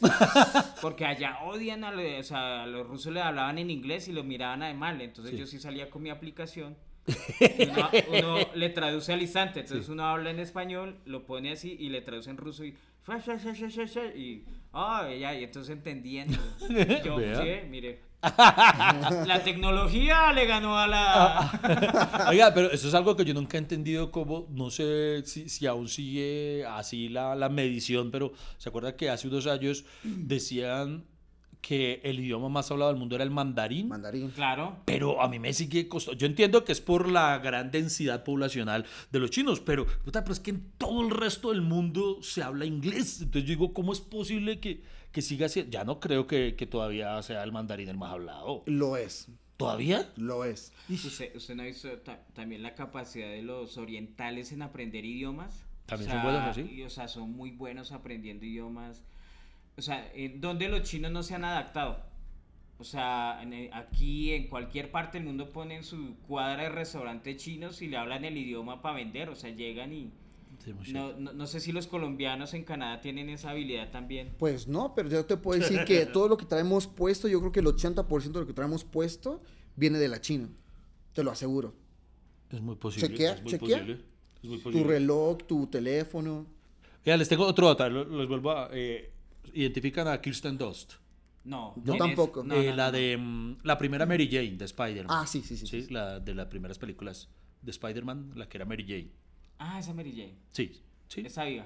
Speaker 1: Porque allá odian a los, o sea, a los rusos le hablaban en inglés y lo miraban a de mal. Entonces yo sí salía con mi aplicación. Y Uno, uno le traduce al instante, entonces uno habla en español, lo pone así y le traduce en ruso y "Fa, sha, sha, sha, sha, sha", y ah, ya, y entonces entendían. y Yo,
Speaker 4: Vea.
Speaker 1: sí, mire. La tecnología le ganó a la
Speaker 4: Oiga, pero eso es algo que yo nunca he entendido como, no sé si, si aún sigue así la, la medición, pero se acuerda que hace unos años decían que el idioma más hablado del mundo era el mandarín.
Speaker 3: Mandarín.
Speaker 1: Claro.
Speaker 4: Pero a mí me sigue costando. Yo entiendo que es por la gran densidad poblacional de los chinos, pero, puta, pero es que en todo el resto del mundo se habla inglés. Entonces yo digo, ¿cómo es posible que, que siga siendo? Ya no creo que, que todavía sea el mandarín el más hablado.
Speaker 3: Lo es,
Speaker 4: ¿Todavía?
Speaker 3: lo es.
Speaker 1: Usted, usted no hizo también la capacidad de los orientales en aprender idiomas.
Speaker 4: También son buenos así.
Speaker 1: y, o sea, son muy buenos aprendiendo idiomas. O sea, eh, ¿dónde los chinos no se han adaptado? O sea, en el- aquí en cualquier parte del mundo ponen su cuadra de restaurantes chinos y le hablan el idioma para vender. O sea, llegan y...
Speaker 4: Sí, muy
Speaker 1: No, no, no sé si los colombianos en Canadá tienen esa habilidad también.
Speaker 3: Pues no, pero yo te puedo decir que todo lo que traemos puesto, yo creo que el 80% de lo que traemos puesto viene de la China. Te lo aseguro.
Speaker 4: Es muy posible.
Speaker 3: Chequea,
Speaker 4: es muy
Speaker 3: chequea.
Speaker 4: posible. Es muy
Speaker 3: Tu
Speaker 4: posible.
Speaker 3: reloj, tu teléfono.
Speaker 4: Ya, les tengo otro dato. lo- Los vuelvo a. eh, identifican a Kirsten Dunst.
Speaker 1: No.
Speaker 3: Yo
Speaker 1: ¿quién es?
Speaker 3: tampoco.
Speaker 1: No,
Speaker 4: Eh,
Speaker 1: no,
Speaker 4: la
Speaker 1: no, no.
Speaker 4: de. mm, La primera Mary Jane de Spider-Man.
Speaker 3: Ah, sí, sí, sí, sí, sí.
Speaker 4: la de las primeras películas de Spider-Man, la que era Mary Jane.
Speaker 1: Ah, esa Mary Jane.
Speaker 4: Sí, sí.
Speaker 1: Esa viva.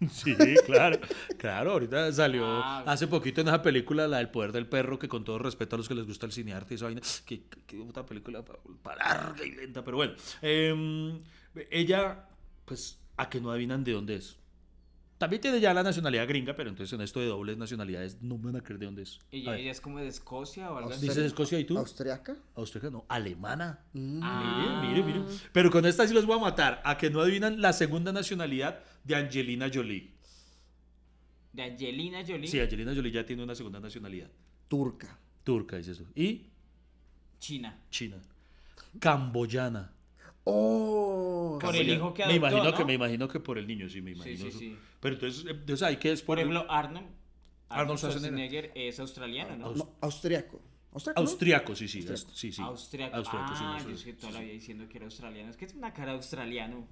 Speaker 4: Sí, claro. Claro, ahorita salió
Speaker 1: Ah, güey.
Speaker 4: hace poquito en esa película, la del poder del perro, que con todo respeto a los que les gusta el cinearte y esa vaina, que, que puta película pa- pa larga y lenta, pero bueno. Em, ella, pues, a que no adivinan de dónde es. También tiene ya la nacionalidad gringa, pero entonces en esto de dobles nacionalidades no me van a creer de dónde es.
Speaker 1: Y
Speaker 4: A ver, Ah,
Speaker 1: ella es como de Escocia o algo así.
Speaker 4: ¿Dices Escocia y tú?
Speaker 3: ¿Austriaca? mm,
Speaker 4: Austria, no, alemana.
Speaker 1: Ah.
Speaker 4: Mire, mire, mire. Pero con esta sí los voy a matar. A que no adivinan la segunda nacionalidad de Angelina Jolie.
Speaker 1: De Angelina Jolie.
Speaker 4: Sí, Angelina Jolie ya tiene una segunda nacionalidad.
Speaker 3: Turca.
Speaker 4: Turca, dices tú. Y
Speaker 1: China.
Speaker 4: China. Camboyana.
Speaker 3: ¡Oh!
Speaker 1: Por el hijo que
Speaker 4: me
Speaker 1: adoptó,
Speaker 4: imagino
Speaker 1: ¿no?
Speaker 4: que me imagino que por el niño, sí, me imagino.
Speaker 1: sí,
Speaker 4: eso.
Speaker 1: sí.
Speaker 4: Pero entonces, eh, entonces hay que es
Speaker 1: Por ejemplo, Arnold.
Speaker 4: Arnold
Speaker 1: Arnold
Speaker 4: Schwarzenegger.
Speaker 1: Schwarzenegger es australiano, ¿no?
Speaker 3: No, austriaco. ¿Austriaco? no?
Speaker 4: austriaco, sí, sí, es- sí, sí.
Speaker 1: Austriaco.
Speaker 4: Austriaco, sí,
Speaker 1: ah,
Speaker 4: sí,
Speaker 1: yo
Speaker 4: sí,
Speaker 1: es que
Speaker 4: sí,
Speaker 1: toda la
Speaker 4: sí.
Speaker 1: vida diciendo que era australiano. Es que es una cara de australiano.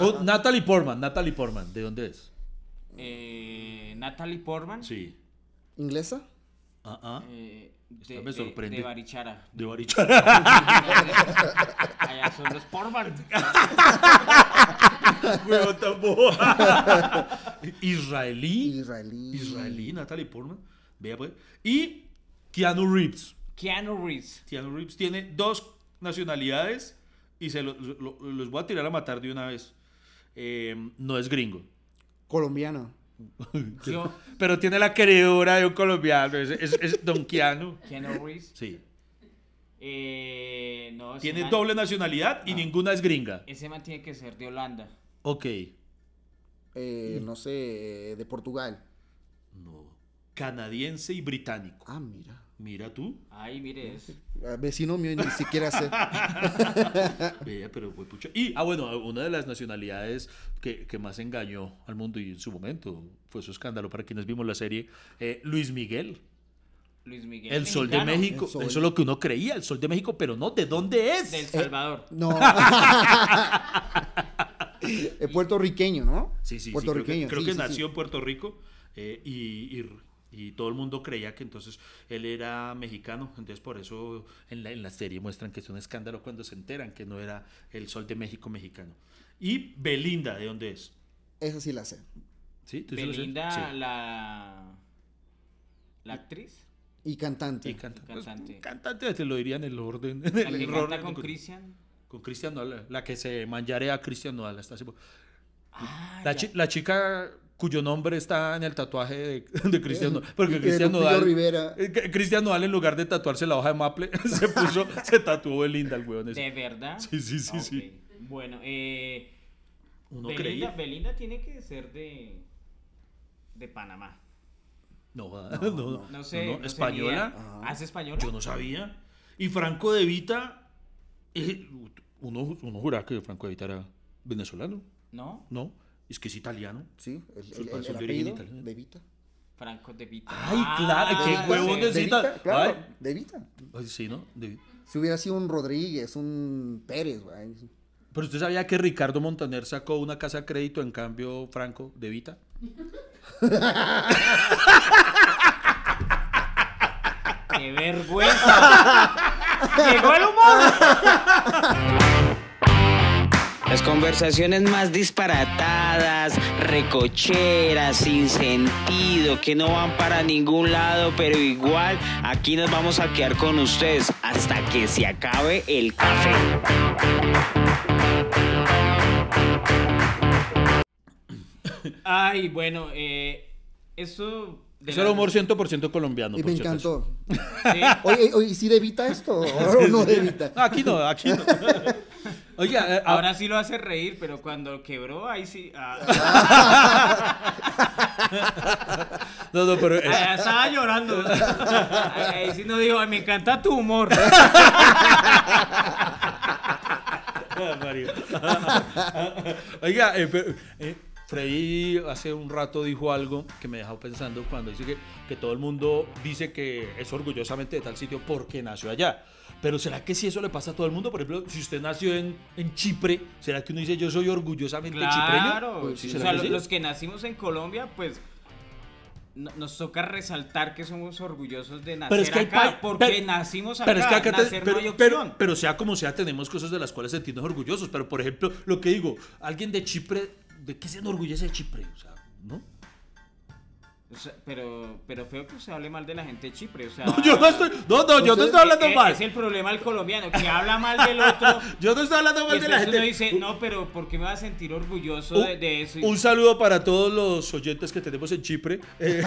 Speaker 4: Oh, Natalie Portman, Natalie Portman, ¿de dónde es?
Speaker 1: Eh, Natalie Portman.
Speaker 4: Sí.
Speaker 3: ¿Inglesa?
Speaker 4: Ah, ah.
Speaker 1: eh, de,
Speaker 4: Esta me
Speaker 1: de-
Speaker 4: sorprende.
Speaker 1: de Barichara.
Speaker 4: De Barichara.
Speaker 1: Allá son los Portman.
Speaker 4: Ah, Huevón tan boba. Israelí.
Speaker 3: Israelí.
Speaker 4: Israelí, Natalie Portman. Vea pues. Y Keanu Reeves.
Speaker 1: Keanu Reeves.
Speaker 4: Keanu Reeves tiene dos nacionalidades y se lo- lo- los voy a tirar a matar de una vez. Eh, no es gringo.
Speaker 3: Colombiano.
Speaker 1: Yo,
Speaker 4: Pero tiene la queridura de un colombiano. Es, es, es Don Keanu.
Speaker 1: Keanu Reeves.
Speaker 4: Sí.
Speaker 1: Eh, no, ese
Speaker 4: Tiene
Speaker 1: man-
Speaker 4: doble nacionalidad y ninguna es gringa.
Speaker 1: Ese man tiene que ser de Holanda.
Speaker 4: Ok.
Speaker 3: eh, no sé, de Portugal.
Speaker 4: No. Canadiense y británico.
Speaker 3: Ah, mira.
Speaker 4: Mira tú.
Speaker 1: Ay, mire, es
Speaker 3: Ah, Vecino mío ni siquiera sé.
Speaker 4: Vea, pero fue pucha. Y, ah, bueno, una de las nacionalidades que, que más engañó al mundo y en su momento fue su escándalo para quienes vimos la serie, eh, Luis Miguel.
Speaker 1: Luis Miguel.
Speaker 4: El Sol de
Speaker 1: mexicano,
Speaker 4: México,
Speaker 3: El Sol.
Speaker 4: eso es lo que uno creía, el Sol de México, pero no, ¿de dónde es?
Speaker 1: De El Salvador.
Speaker 3: No. Es puertorriqueño, ¿no?
Speaker 4: Sí, sí, sí, creo
Speaker 3: Puertorriqueño.
Speaker 4: que, creo
Speaker 3: sí,
Speaker 4: que
Speaker 3: sí, sí.
Speaker 4: nació en Puerto Rico eh, y, y- y todo el mundo creía que entonces él era mexicano, entonces por eso en la, en la serie muestran que es un escándalo cuando se enteran que no era el Sol de México mexicano. Y Belinda, ¿de dónde es?
Speaker 3: Esa sí la sé.
Speaker 4: ¿Sí? ¿Tú sí lo sabes?
Speaker 1: Belinda,
Speaker 4: Sí.
Speaker 1: la. La actriz.
Speaker 3: Y cantante.
Speaker 4: Y canta- pues,
Speaker 1: cantante.
Speaker 4: cantante, te lo diría en el orden. en
Speaker 1: La
Speaker 4: el
Speaker 1: que
Speaker 4: orden
Speaker 1: canta con
Speaker 4: con-
Speaker 1: Christian.
Speaker 4: Con Cristian Nodal, la que se manjarea a Cristian Nodal hasta hace poco.
Speaker 1: Ah,
Speaker 4: La,
Speaker 1: ya.
Speaker 4: chi- la chica cuyo nombre está en el tatuaje de, de
Speaker 1: Eh,
Speaker 4: Cristian Nodal.
Speaker 3: Y
Speaker 4: Porque
Speaker 3: de
Speaker 4: Cristian
Speaker 3: Lupillo
Speaker 4: Nodal.
Speaker 3: Rivera.
Speaker 4: eh, que- Cristian Nodal, en lugar de tatuarse la hoja de Maple, se puso, se tatuó Belinda, el weón.
Speaker 1: ¿De
Speaker 4: Ese.
Speaker 1: verdad?
Speaker 4: Sí, sí, sí,
Speaker 1: Ah,
Speaker 4: sí.
Speaker 1: ok. Bueno, eh.
Speaker 4: Uno
Speaker 1: Belinda,
Speaker 4: creía.
Speaker 1: Belinda tiene que ser de. De Panamá.
Speaker 4: No, joda, no, no,
Speaker 1: No sé.
Speaker 4: no,
Speaker 1: no sé ni
Speaker 4: española. Ah.
Speaker 1: idea. ¿Hace española?
Speaker 4: Yo no sabía. Y Franco De Vita. eh, uno, uno juraba que Franco De Vita era venezolano.
Speaker 1: ¿No?
Speaker 4: No, es que es italiano.
Speaker 3: Sí, el,
Speaker 4: Su
Speaker 3: el- el-
Speaker 4: padre es
Speaker 3: el
Speaker 4: de origen
Speaker 3: apellido
Speaker 4: italiano.
Speaker 3: de Vita.
Speaker 1: Franco de Vita.
Speaker 4: Ay,
Speaker 1: Ah,
Speaker 4: claro, qué
Speaker 1: ya
Speaker 4: huevón
Speaker 1: sé.
Speaker 4: de-
Speaker 3: Pues, De
Speaker 4: Necesita-
Speaker 3: Vita, claro,
Speaker 4: Ay.
Speaker 3: de Vita.
Speaker 4: Ay, pues, Sí, ¿no? De-
Speaker 3: Si hubiera sido un Rodríguez, un Pérez, güey.
Speaker 4: Pero usted sabía que Ricardo Montaner sacó una casa a crédito en cambio Franco de Vita.
Speaker 1: ¡Qué vergüenza! ¡Llegó el humor!
Speaker 6: Las conversaciones más disparatadas, recocheras, sin sentido, que no van para ningún lado, pero igual aquí nos vamos a quedar con ustedes hasta que se acabe el café.
Speaker 1: Ay, bueno, eh. Eso. de
Speaker 4: Eso Ah. era
Speaker 1: la-
Speaker 4: humor 100% colombiano.
Speaker 3: y
Speaker 4: por
Speaker 3: me
Speaker 4: si acaso.
Speaker 3: encantó.
Speaker 1: Sí.
Speaker 3: Oye, oye, ¿sí de Vita esto? ¿O no de Vita?
Speaker 4: No, aquí no, aquí no. Oiga, eh,
Speaker 1: Ahora sí lo hace reír, pero cuando quebró, ahí sí. ah,
Speaker 4: ah, No, no, pero. eh,
Speaker 1: ah, estaba llorando. Ahí sí no dijo, "Ay, me encanta tu humor. ah,
Speaker 4: Mario. Oiga, eh, pero, eh, Freddy hace un rato dijo algo que me dejó pensando cuando dice que, que todo el mundo dice que es orgullosamente de tal sitio porque nació allá. Pero ¿será que si eso le pasa a todo el mundo? Por ejemplo, si usted nació en, en Chipre, ¿será que uno dice yo soy orgullosamente
Speaker 1: Claro.
Speaker 4: chipreño? Pues,
Speaker 1: o
Speaker 4: ¿será
Speaker 1: sea,
Speaker 4: que
Speaker 1: lo-
Speaker 4: sí?
Speaker 1: los que nacimos en Colombia, pues. no- Nos toca resaltar que somos orgullosos de nacer
Speaker 4: Pero es que hay
Speaker 1: acá,
Speaker 4: pa-
Speaker 1: porque
Speaker 4: pero-
Speaker 1: nacimos acá,
Speaker 4: Pero es que acá te-
Speaker 1: nacer
Speaker 4: pero,
Speaker 1: no hay
Speaker 4: pero-
Speaker 1: opción.
Speaker 4: pero sea como sea, tenemos cosas de las cuales sentirnos orgullosos. Pero por ejemplo, lo que digo, alguien de Chipre ¿de qué se enorgullece de Chipre? O sea, ¿no?
Speaker 1: O sea, pero, pero feo que se hable mal de la gente de Chipre. O sea,
Speaker 4: No, yo no estoy, no, no, yo no estoy hablando
Speaker 1: es,
Speaker 4: mal.
Speaker 1: Es el problema del colombiano, que habla mal del otro.
Speaker 4: Yo no estoy hablando
Speaker 1: y
Speaker 4: mal de la
Speaker 1: después
Speaker 4: gente.
Speaker 1: uno dice, no, pero ¿por qué me va a sentir orgulloso de, de eso? Y-
Speaker 4: Un saludo para todos los oyentes que tenemos en Chipre. Eh,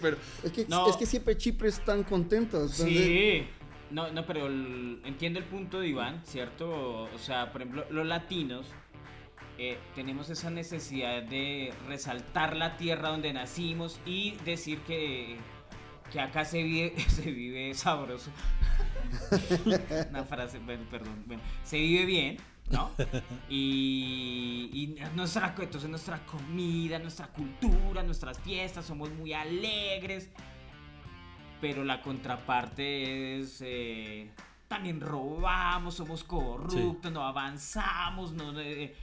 Speaker 4: pero,
Speaker 3: Es que,
Speaker 1: No.
Speaker 3: es que siempre Chipre están contentos.
Speaker 1: Sí. No, no, pero el- entiendo el punto de Iván, ¿cierto? O sea, por ejemplo, los latinos eh, tenemos esa necesidad de resaltar la tierra donde nacimos y decir que, que acá se vive, se vive sabroso. Una frase, bueno, perdón, bueno, se vive bien, ¿no? Y, y nuestra, entonces nuestra comida, nuestra cultura, nuestras fiestas, somos muy alegres pero la contraparte es eh, también robamos, somos corruptos, no avanzamos, no, eh,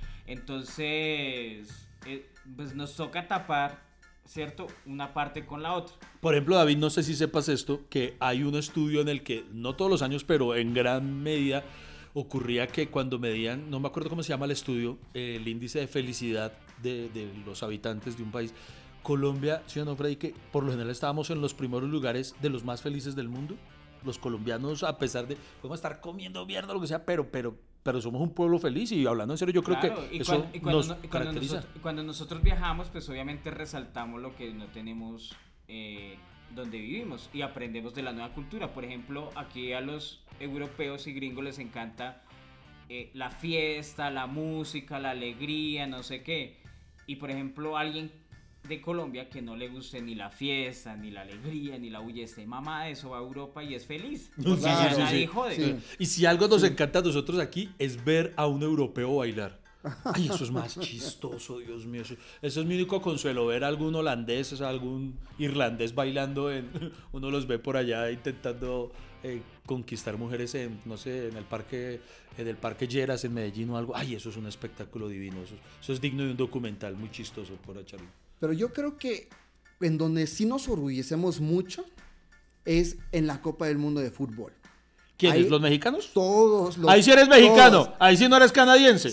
Speaker 1: entonces eh, pues nos toca tapar, ¿cierto? Una parte con la otra.
Speaker 4: por ejemplo, David, no sé si sepas esto, que hay un estudio en el que, no todos los años, pero en gran medida, ocurría que cuando medían, no me acuerdo cómo se llama el estudio, eh, el índice de felicidad de, de los habitantes de un país. Colombia, sí o no, Freddy, que por lo general estábamos en los primeros lugares de los más felices del mundo. Los colombianos, a pesar de, podemos estar comiendo mierda, lo que sea, pero, pero, pero somos un pueblo feliz y hablando en serio, yo creo
Speaker 1: Claro,
Speaker 4: que
Speaker 1: y
Speaker 4: eso
Speaker 1: cuan- y cuando,
Speaker 4: nos
Speaker 1: no- y cuando
Speaker 4: caracteriza.
Speaker 1: nosotros, y cuando nosotros viajamos, pues obviamente resaltamos lo que no tenemos eh, donde vivimos y aprendemos de la nueva cultura. Por ejemplo, aquí a los europeos y gringos les encanta eh, la fiesta, la música, la alegría, no sé qué. Y por ejemplo, alguien de Colombia que no le guste ni la fiesta, ni la alegría, ni la belleza, mamá, eso va a Europa y es feliz. Porque
Speaker 3: sí,
Speaker 1: allá
Speaker 3: sí, sí.
Speaker 1: nadie jode.
Speaker 3: Sí.
Speaker 4: Y si algo nos encanta a nosotros aquí es ver a un europeo bailar. Ay, eso es más chistoso, Dios mío. Eso, eso es mi único consuelo, ver a algún holandés, o sea, algún irlandés bailando. En, uno los ve por allá intentando eh, conquistar mujeres en, no sé, en el parque, en el parque Lleras, en Medellín o algo. Ay, eso es un espectáculo divino. Eso, eso es digno de un documental muy chistoso por allá.
Speaker 3: Pero yo creo que en donde sí nos orgullecemos mucho es en la Copa del Mundo de Fútbol.
Speaker 4: ¿Quiénes?
Speaker 3: Ahí-
Speaker 4: ¿Los mexicanos?
Speaker 3: Todos los.
Speaker 4: Ahí sí eres
Speaker 3: todos.
Speaker 4: mexicano, ahí sí no eres canadiense.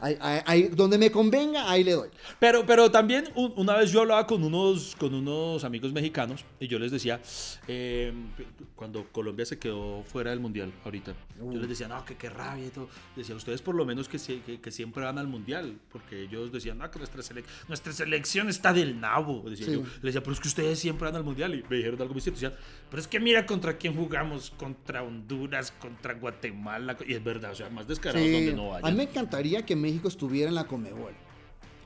Speaker 3: Ahí- ahí- ahí- donde me convenga, ahí le doy.
Speaker 4: Pero, pero también un- una vez yo hablaba con unos, con unos amigos mexicanos y yo les decía, eh, cuando Colombia se quedó fuera del Mundial ahorita,
Speaker 3: Uh.
Speaker 4: yo les decía, no, que qué rabia y todo. Decía, ustedes por lo menos que, sie- que, que siempre van al Mundial, porque ellos decían, no, que nuestra, selec- nuestra selección está del nabo. Decía
Speaker 3: Sí.
Speaker 4: yo. Les decía, pero es que ustedes siempre van al Mundial y me dijeron algo muy cierto. Decían, pero es que mira contra quién jugamos, contra Honduras, contra Guatemala. Y es verdad, o sea, más descarados
Speaker 3: Sí.
Speaker 4: donde no
Speaker 3: A mí
Speaker 4: vayan.
Speaker 3: me encantaría que México estuviera en la Comebol.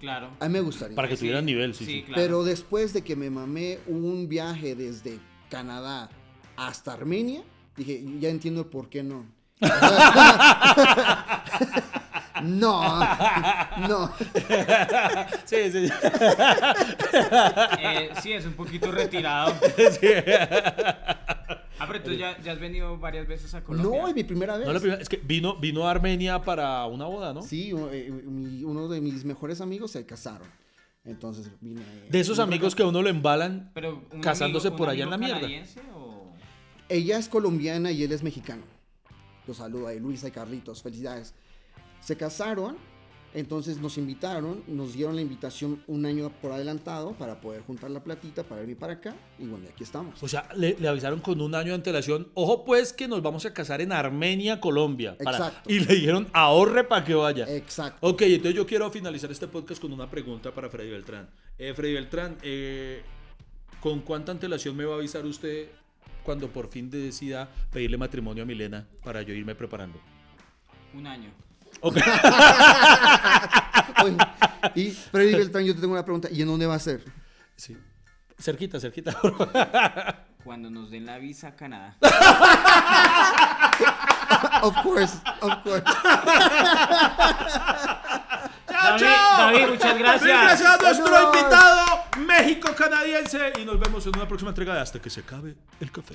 Speaker 1: Claro.
Speaker 3: A mí me gustaría.
Speaker 4: Para que tuvieran nivel, sí, sí.
Speaker 1: claro.
Speaker 3: Pero después de que me mamé un viaje desde Canadá hasta Armenia, dije, ya entiendo por qué no. no, no.
Speaker 4: Sí, sí, sí.
Speaker 1: Eh, sí, es un poquito retirado. Ah, pero tú ya, ya has venido varias veces a Colombia.
Speaker 3: No, es mi primera vez.
Speaker 4: No, la primera- es que vino, vino a Armenia para una boda, ¿no?
Speaker 3: Sí, u- eh, mi- uno de mis mejores amigos se casaron. Entonces vine.
Speaker 4: De esos amigos que a uno lo embalan
Speaker 1: Pero un
Speaker 4: casándose
Speaker 1: amigo-
Speaker 4: por
Speaker 1: un
Speaker 4: allá en la
Speaker 1: amigo
Speaker 4: mierda.
Speaker 1: canadiense o-
Speaker 3: Ella es colombiana y él es mexicano. Los saludo ahí, Luisa y Carlitos. Felicidades. Se casaron, entonces nos invitaron, nos dieron la invitación un año por adelantado para poder juntar la platita para venir para acá. Y bueno, y aquí estamos.
Speaker 4: O sea, le, le avisaron con un año de antelación, ojo pues que nos vamos a casar en Armenia, Colombia. para-
Speaker 3: Exacto. Eh.
Speaker 4: y le dijeron, ahorre para que vaya.
Speaker 3: Exacto.
Speaker 4: Ok, entonces yo quiero finalizar este podcast con una pregunta para Freddy Beltrán. Eh, Freddy Beltrán, eh, ¿con cuánta antelación me va a avisar usted cuando por fin decida pedirle matrimonio a Milena para yo irme preparando?
Speaker 1: un año.
Speaker 3: Oye, y Freddy Beltrán, yo te tengo una pregunta. ¿Y en dónde va a ser?
Speaker 4: Sí. Cerquita, cerquita.
Speaker 1: Cuando nos den la visa a Canadá.
Speaker 3: Of course, of course.
Speaker 1: David, David, muchas gracias.
Speaker 4: Mil gracias a nuestro
Speaker 3: Adiós.
Speaker 4: invitado México-canadiense y nos vemos en una próxima entrega de Hasta que se acabe el café.